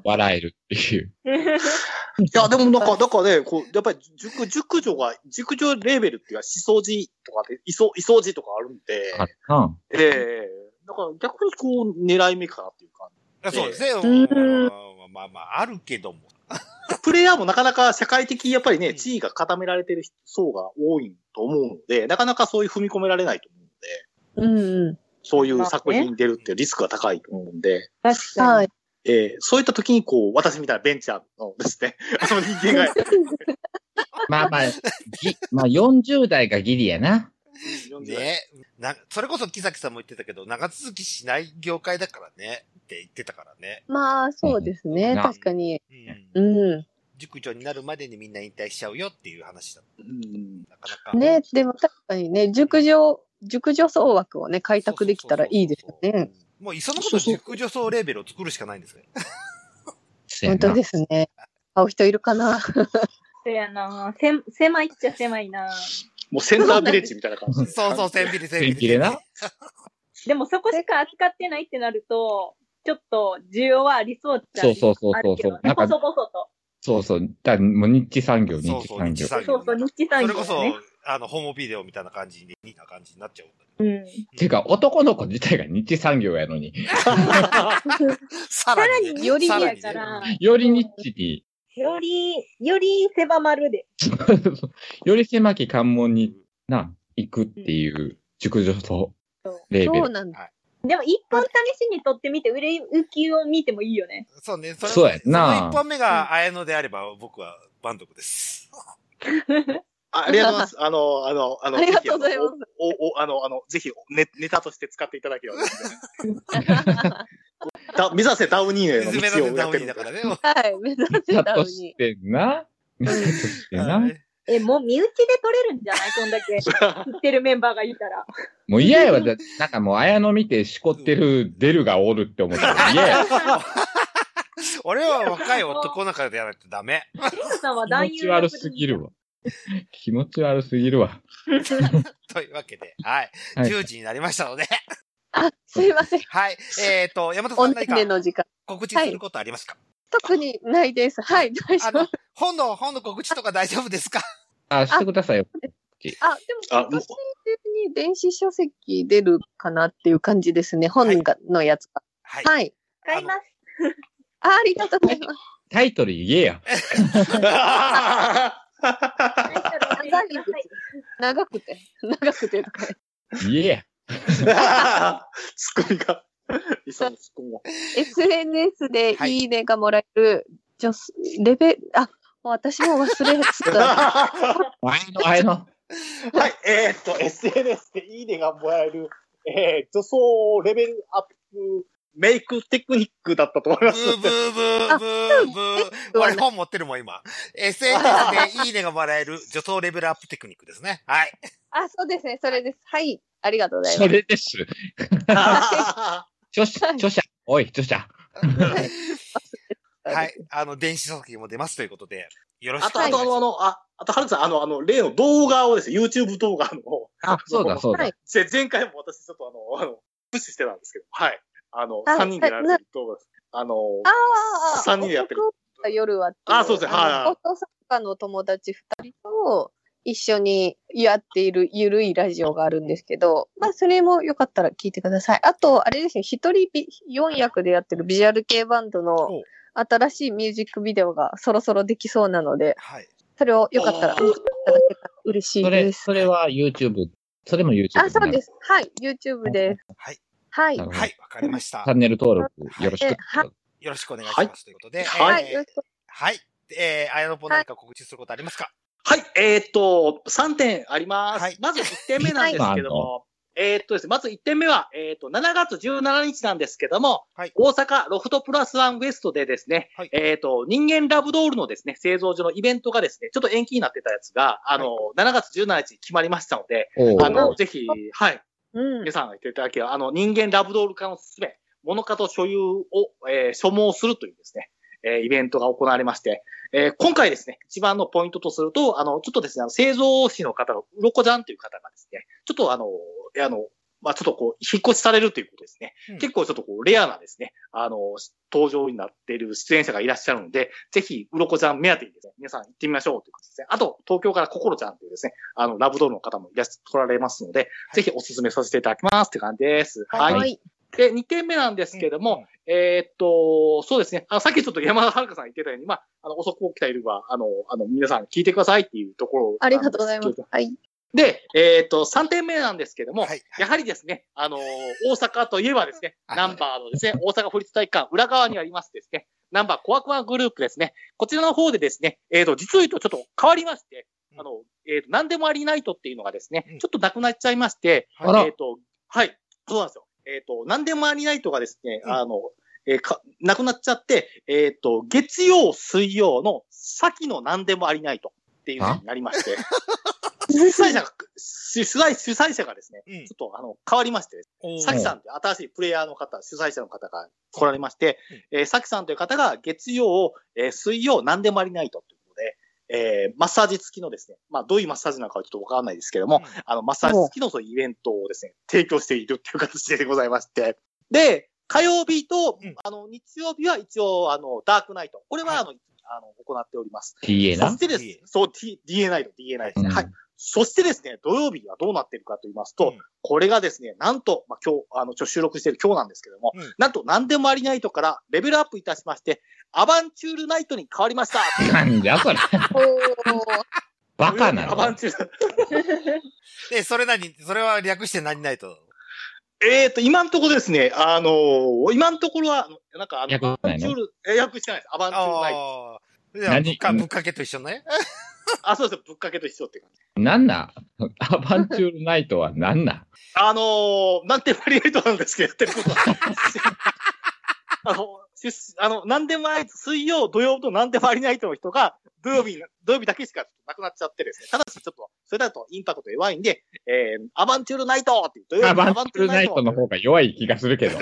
笑えるって いう。
いや、でもなんか、なんかね、こう、やっぱり熟、熟女が、熟女レーベルっていうか、思想寺とかで、いそ、いそう寺とかあるんで、
あうん。
ええだから逆にこう、狙い目かなっていう感
あそうですね。
ん
うんまあまあ、あるけども。
じ。プレイヤーもなかなか社会的、やっぱり
う
ね、
ん
地位が固められてる層が多いと思うので、なかなかそういう踏み込められないと思うので、
うんう
そういう作品に出るっていうリスクが高いと思うんで、
確
ん。は
かに。
い。
ええそういった時にこう、私みたいなベンチャーのですね、 あの人間が、
まあまあ、ぎ まあ、40代がギリやな。
ねな、それこそ木崎さんも言ってたけど、長続きしない業界だからね、って言ってたからね。
まあ、そうですね。
な
確かに。
う。
うんん。
塾長になるまでにみんな引退しちゃうよっていう話だっ
うん
た。なかなか。
ね、でも確かにね、熟女、熟女層枠をね、開拓できたらいいですよ
そうそう
ね
そう。そう。もう、いっそのこと熟女層レーベルを作るしかないんですね。
せや
本
な
当ですね。会う人いるかな
そうやな。せん狭いっちゃ狭いな。
もうセンタービレッジみたいな感じ。
そうそう、千切り千切り。
千切りな。
でもそこしか扱ってないってなると、ちょっと需要はありそうっちゃあり
そうそう
あ
そう
る
そうそうな
けどね
んか
細々と。
そうそう。だもう日地産業、日
そう
地
そう、
産業
日。産
そうそう、
業。
日産
そ
業
れこそ
ね。、
あの、ホームビデオみたいな感じに、ニーな感じになっちゃうんだ
うん。
けど。
ていうか、男の子自体が日地産業やのに、
さ
さ
ら
ら
にね、
により
さ
や
にね
から、
より日地に、
より、より狭まるで。
より狭き関門にな、行くっていう、熟女とレーベ
そう
ル。
なんだ。
でも一本試しに撮ってみて、売れ行きを見てもいいよね。
そうね、そ
そうやな
その一本目が綾野であれば、僕は満足です。
あありがと うございます。あの、あの、あの、
ありがとうございます
ぜひあのお、お、あの、あの、ぜひネ、ネタとして使っていただければですね。 だ目指せダウニーの
水目立
道
て
を
ダ
やっ
ウ
て
ニー
るんで
だからね。
はい、目指せ
だ
た
と
の に
し。てな、だとしてな、
え、もう身内で撮れるんじゃないこんだけ知ってるメンバーがいたら。
もう嫌やわ。だなんかもう、綾野見てしこってるデルがおるって思ったら嫌 や。
俺は若い男の中でやらないとダメ。
テリーさんは
気持
男優
ち悪すぎるわ。気持ち悪すぎるわ。
というわけで、はい。
はい
10時になりましたので、
あ、すいません。
はい。えっと、山田さ
お
ん何
ね
か
ねの時間。
告知することありますか
特にないです。はい、大丈
あ
夫。
の、本の、本の告知とか大丈夫ですか
あ、してくださいよ。
あ、でも
あ
今年中に電子書籍出るかなっていう感じですね。本が、のやつが。
はい。
はい。
買います。
あありがとうございます。
タイトル言えや。
タイトル教えてください
長くて。長くて とか。
言えや。
ツッコミが。リサのツッコミが。
SNS でいいねがもらえる、女子、レベ、あ、もう私も忘れて た。
は
綾野、綾野。
い、えーっと、SNS でいいねがもらえる、えー、女装レベルアップメイクテクニックだったと思い
ブ
ま
ー
す。
ブーブーブーブー。俺本持ってるもん、今。SNS でいいねがもらえる女装レベルアップテクニックですね。はい。
あ、そうですね。それです。はい。ありがとうござい
そ
ます。
れです。著者、著者。おい、著者。
はい。あの、電子書籍も出ますということで、よろしく
あ
お
と、
願
あ
いします。
と、あの、あの、あ、あと、はるさん、あの、あの、例の動画をですね、YouTube 動画の、
あ、そうだ、そうだ。
はい
ぜ前回も私ちょっとあの、あの、プッシュしてたんですけど、はい。あの、
あ
三人でやられてる動画です。あの、
ああ、
三人でやってる
男は夜はってい
あそうですねはいはい
あの放送作家の友達二人と一緒にやっているゆるいラジオがあるんですけど、まあ、それもよかったら聞いてください。あと、あれですね、一人び四役でやってるビジュアル系バンド
お
の新しいミュージックビデオがそろそろできそうなので、
はい。
それをよかったら
おー
いただけたら嬉しい
それ、
です。
それは YouTube。それも YouTube。
あ、そうです。はい、YouTube です。
はい。
はい
な。るほど。
はい、わかりました
チャ。ンネル登録よろしく。
は
よろしくお願いします。ということで、
は
はい、
え
よ
ー
ろしく
はい。えー、あやのぽ何か告知することありますか
はい、えーっと、3点あります。
はい
まず1点目なんですけども、えーっとですね、まず1点目は、えーっと、7月17日なんですけども、
はい
大阪ロフトプラスワンウエストでですね、
はい
えーっと、人間ラブドールのですね、製造所のイベントがですね、ちょっと延期になってたやつが、あの、7月17日に決まりましたので、
おー
あの、ぜひ、はい、
うん
皆。さんが言っていただければ、あの、人間ラブドール化のすすめ、物化と所有を、えー所望するというですね、えーイベントが行われまして、えー今回ですね、一番のポイントとすると、あの、ちょっとですね、あの製造士の方の、うろこちゃんという方がですね、ちょっとあの、あの、まあ、ちょっとこう、引っ越しされるということですね。
うん
結構ちょっとこう、レアなですね、あの、登場になっている出演者がいらっしゃるので、ぜひ、うろこちゃん目当てにですね、皆さん行ってみましょうということですね。あと、東京からこころちゃんというですね、あの、ラブドールの方もいらっしゃられますので、ぜひお勧めさせていただきますって感じです。はい。
はい。
で、2点目なんですけれども、、えーっと、そうですね。あの、さっきちょっと山田遥さん言ってたように、まあ、あの、遅く起きたいるは、あの、あの、皆さん聞いてくださいっていうところ
ありがとうございま
なんですけど。
はい。
で、えーっと、3点目なんですけれども、
はい。
やはりですね、あのー大阪といえばですね、
はい
ナンバーのですね、大阪府立体育館裏側にありますですね、ナンバーコアコアグループですね。こちらの方でですね、えっ、と、実を言うとちょっと変わりまして、
うん
あの、えっ、と、何でもありナイトっていうのがです
うん
ね、ちょっとなくなっちゃいまして、
はい
あら
えっ、と、はい、そうなんですよ。えっ、と、何でもありナイトがですね、
うん
あの、えーか、なくなっちゃって、えっ、と、月曜、水曜の先の何でもありナイトっていうのになりま して、主催者が、主催主催者がですね、
うん
ちょっとあの、変わりまして、
おー
サキさんって新しいプレイヤーの方、主催者の方が来られまして、えーサキさんという方が月曜、えー水曜、何でもありないとということで、えーマッサージ付きのですね、まあ、どういうマッサージなのかはちょっとわからないですけども、
うん
あの、マッサージ付きのそういうイベントをですね、提供しているっていう形でございまして。で、火曜日と、
うん
あの、日曜日は一応、あの、ダークナイト。これは、あの、あの行っております。
TA
そ
な
し。てですね
DA、
そう、T- DA ナイト、DA ナイトですね。
うん
はい。そしてですね、土曜日はどうなってるかと言います
う
と、
ん
これがですね、なんと、まあ、今日、あの、ちょ収録してる今日なんですけども、
うん
なんと、何でもありナイトからレベルアップいたしまして、アバンチュールナイトに変わりました。
なんじゃそれ。
おー。
バカな
アバン
の。
チュール。
え、それ何それは略して何ないと。
えーと、今のところですね、あのー今のところは、なんか、あの、
略して
ア
な
バ
い
ン
の
チュール、えー、訳してないです。アバンチュールナイト。
ああ。じゃあ、ぶっ
何
かぶっかけと一緒ね。
あ、そうです。ぶっかけと一緒って感じ。
なんなんアバンチュールナイトはなんなん
あのー、なんてマリエイトなんですけど、やってること は。あの、出あの、なんでもあり、水曜、土曜となんでもありないとの人が、土曜日、土曜日だけしかなくなっちゃってですね。ただし、ちょっと、それだとインパクト弱いんで、えー、アバンチュールナイトっていう、土曜日
アバンチュールナイトの
方
方が弱い気がするけど。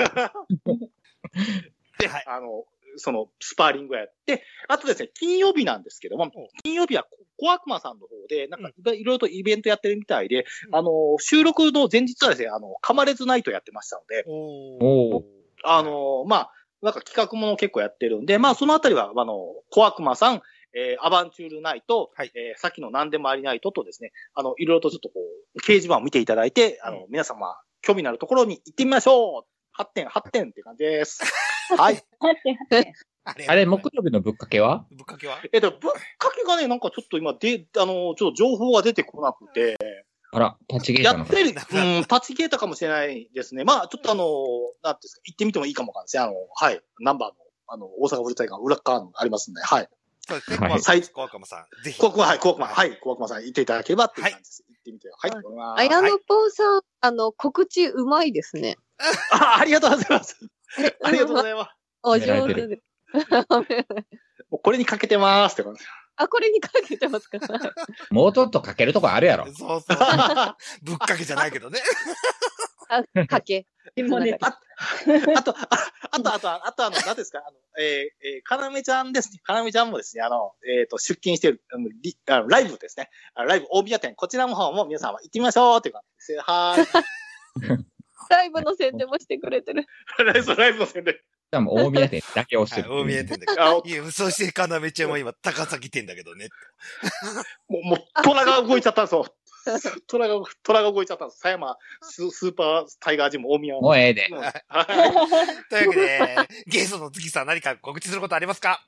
で、
はい
あの、その、スパーリングをやって、あとですね、金曜日なんですけども、金曜日はココアクマさんの方で、なんかいろいろとイベントやってるみたいで、
うん
あの、収録の前日はですね、あの、噛まれずナイトやってましたので、
お
おー
あのまあ、なんか企画ものを結構やってるんで、まあ、そのあたりは、あの、小悪魔さん、えーアバンチュールナイト、
はい
えーさっきの何でもありないととですね、あの、いろいろとちょっとこう、掲示板を見ていただいて、あの、皆様、興味のあるところに行ってみましょう !8 点、8点って感じです。はい。
待って待って
あれ
あれ、木曜日のぶっかけは
ぶっかけは
えっと、ぶっかけがね、なんかちょっと今、で、あの、ちょっと情報が出てこなくて、
あら、立ち消え
や
たの
っ
か
てる、うん、立ち消えたかもしれないですね。まあ、ちょっとあの、なんていうんですか、行ってみてもいいかもわかんないですね。あの、はい、ナンバーの、あの、大阪府立体館裏っ側にありますんで、はい。
そうですね。
はい
小悪小悪魔さん。ぜひ。
小悪魔、はい、小悪魔、はい、小悪魔さん行っていただければっていう感じです。行ってみてよ。はい、
はい
お願
あ
いし
や
ます
のぽんさん、あの、告知うまいですね。
あありがとうございます。 ありがとうご
い
ざいます。
ます。お
褒められ
上
て
手
る
です。
もうこれにかけてますって感 じ。
あ、これにかけてますか
もうちょっとかけるとこあるやろ。
そうそう。ぶっかけじゃないけ どね。
あ、かけ。
でもね、
あと、ああと、あと、あと、あの、何ですか、あの、えー、えー、かなめちゃんですね。かなめちゃんもですね、あの、えっ、と、出勤してる、あのリあのライブですね。あライブ、大宮店、こちらの方も皆さんは行ってみましょうっていう感じです。はー
ライブの宣伝もしてくれてる。
い。 ライブ、ライブの宣伝。
しかも大宮店だけ押
は
し
い、
てる。
大見えてんだけ
あも
ど。いや、そして、かなめちゃんは今、高崎店だけどね。
う、もう、虎が動いちゃったん ですよ。虎が、虎が動いちゃったんです。狭山ススーパータイガージム大宮
もうええで。
はい。
というわけで、ゲストの月さん何か告知することありますか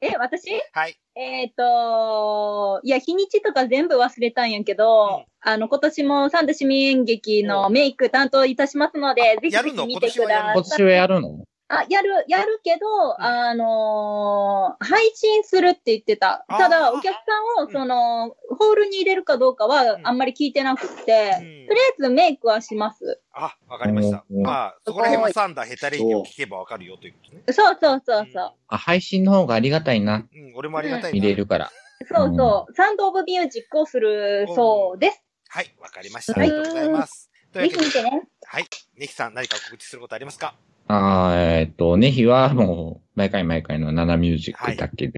え、私
はい。
えっ、といや、日にちとか全部忘れたんやけど、あの、今年も三田市民演劇のメイク担当いたしますので、ぜひ
や
ぜ
るの
ひ見てく
今
だ
今
さ
年
い。
はやるの
あ、やる、やるけど、
ん
あのー配信するって言ってた。
あー
ただ、お客さ
う
んを、
ん
その、ホールに入れるかどうかは
ん
あんまり聞いてなくって、
うん
とりあえずメイクはします。
あ、わかりました。
うん
まあ、そこら辺はサンダーヘタレイを聞けばわかるよということね。
そうそうそうそう。
あ、配信の方がありがたいな。
うん。うん、俺もありがたいな。
見れるから。
そうそう。サウンドオブミュージックをするそうです。
はい、わかりました。あ
はい
りがとうございます。という
ぜ
わ
ひ
け
見
で、
てね。
はい。ネキさん、何か告知することありますか
あーえっと、ネヒはもう、毎回毎回のナナミュージックだけ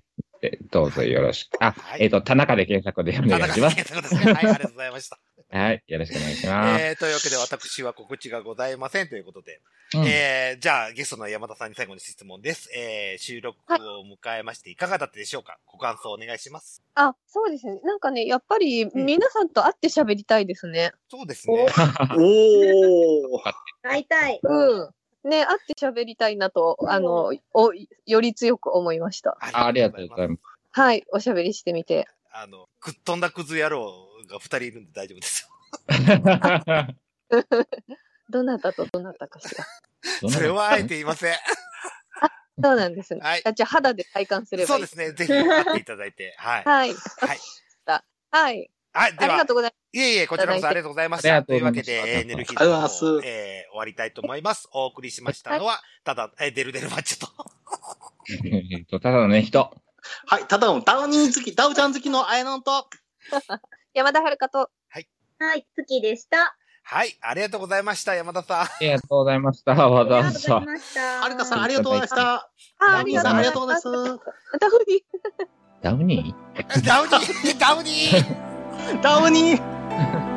で、どうぞよろしく。あ、
はい
えっと、田中で検索でお願いします。
田中さんありがとうございますはい、ありがとうございま した。
はい、よろしくお願いします。
えー、というわけで、私は告知がございませんということで、
うん
えー、じゃあ、ゲストの山田さんに最後に質問です。えー、収録を迎えまして、いかがだったでしょうかご感想お願いします。
あ、そうですね。なんかね、やっぱり
ん
皆さんと会って喋りたいですね。
そうですね。。
おー。
会いたい。
うん。ね、会って喋りたいなと、あの、お、より強く思いました。
あありがとうございますす。
はい、おしゃべりしてみて。
あの、くっ飛んだクズ野郎が二人いるんで大丈夫です
どなたとどなたかしら。
よ。 それはあえて言いません。
そうなんですね。
はい
あじゃあ肌で体感すれば
そ
いうい。
ですね。ぜひ会っていただいて。はい。
はい。
はい。
はい。
はい。で
ありが
は、
とうござい
いえいえ、こちらこそありがとうございました。
あ
と
り
いうわ
がとう
け
ござい
で、えーエネル
ました
ギー
ありがとう
の
ござい
方、
ます
えー、終わりたいと思います。お送りしましたのは、ただ、えー、デルデルマッチョと。
えっと、ただのね、人。
はい、ただのダウニー好き、ダウちゃん好きのあやのんと、
ます。山田遥と、
はい、月でした。
はい。ありがとうございました。山田さん。
ありがとうございました。わざ
あ
わ
りがとうござい
ざ。
ました。
有田さんありがとうございました。
あ
ダ
あ
ウ
り
ニ
が
ーさ
とう
んあ
ござ
りが
い
とうご
ま
ざい
す。
ます。
ダフニー
ダウニー
ダウニー、ダウニー。
ダウニー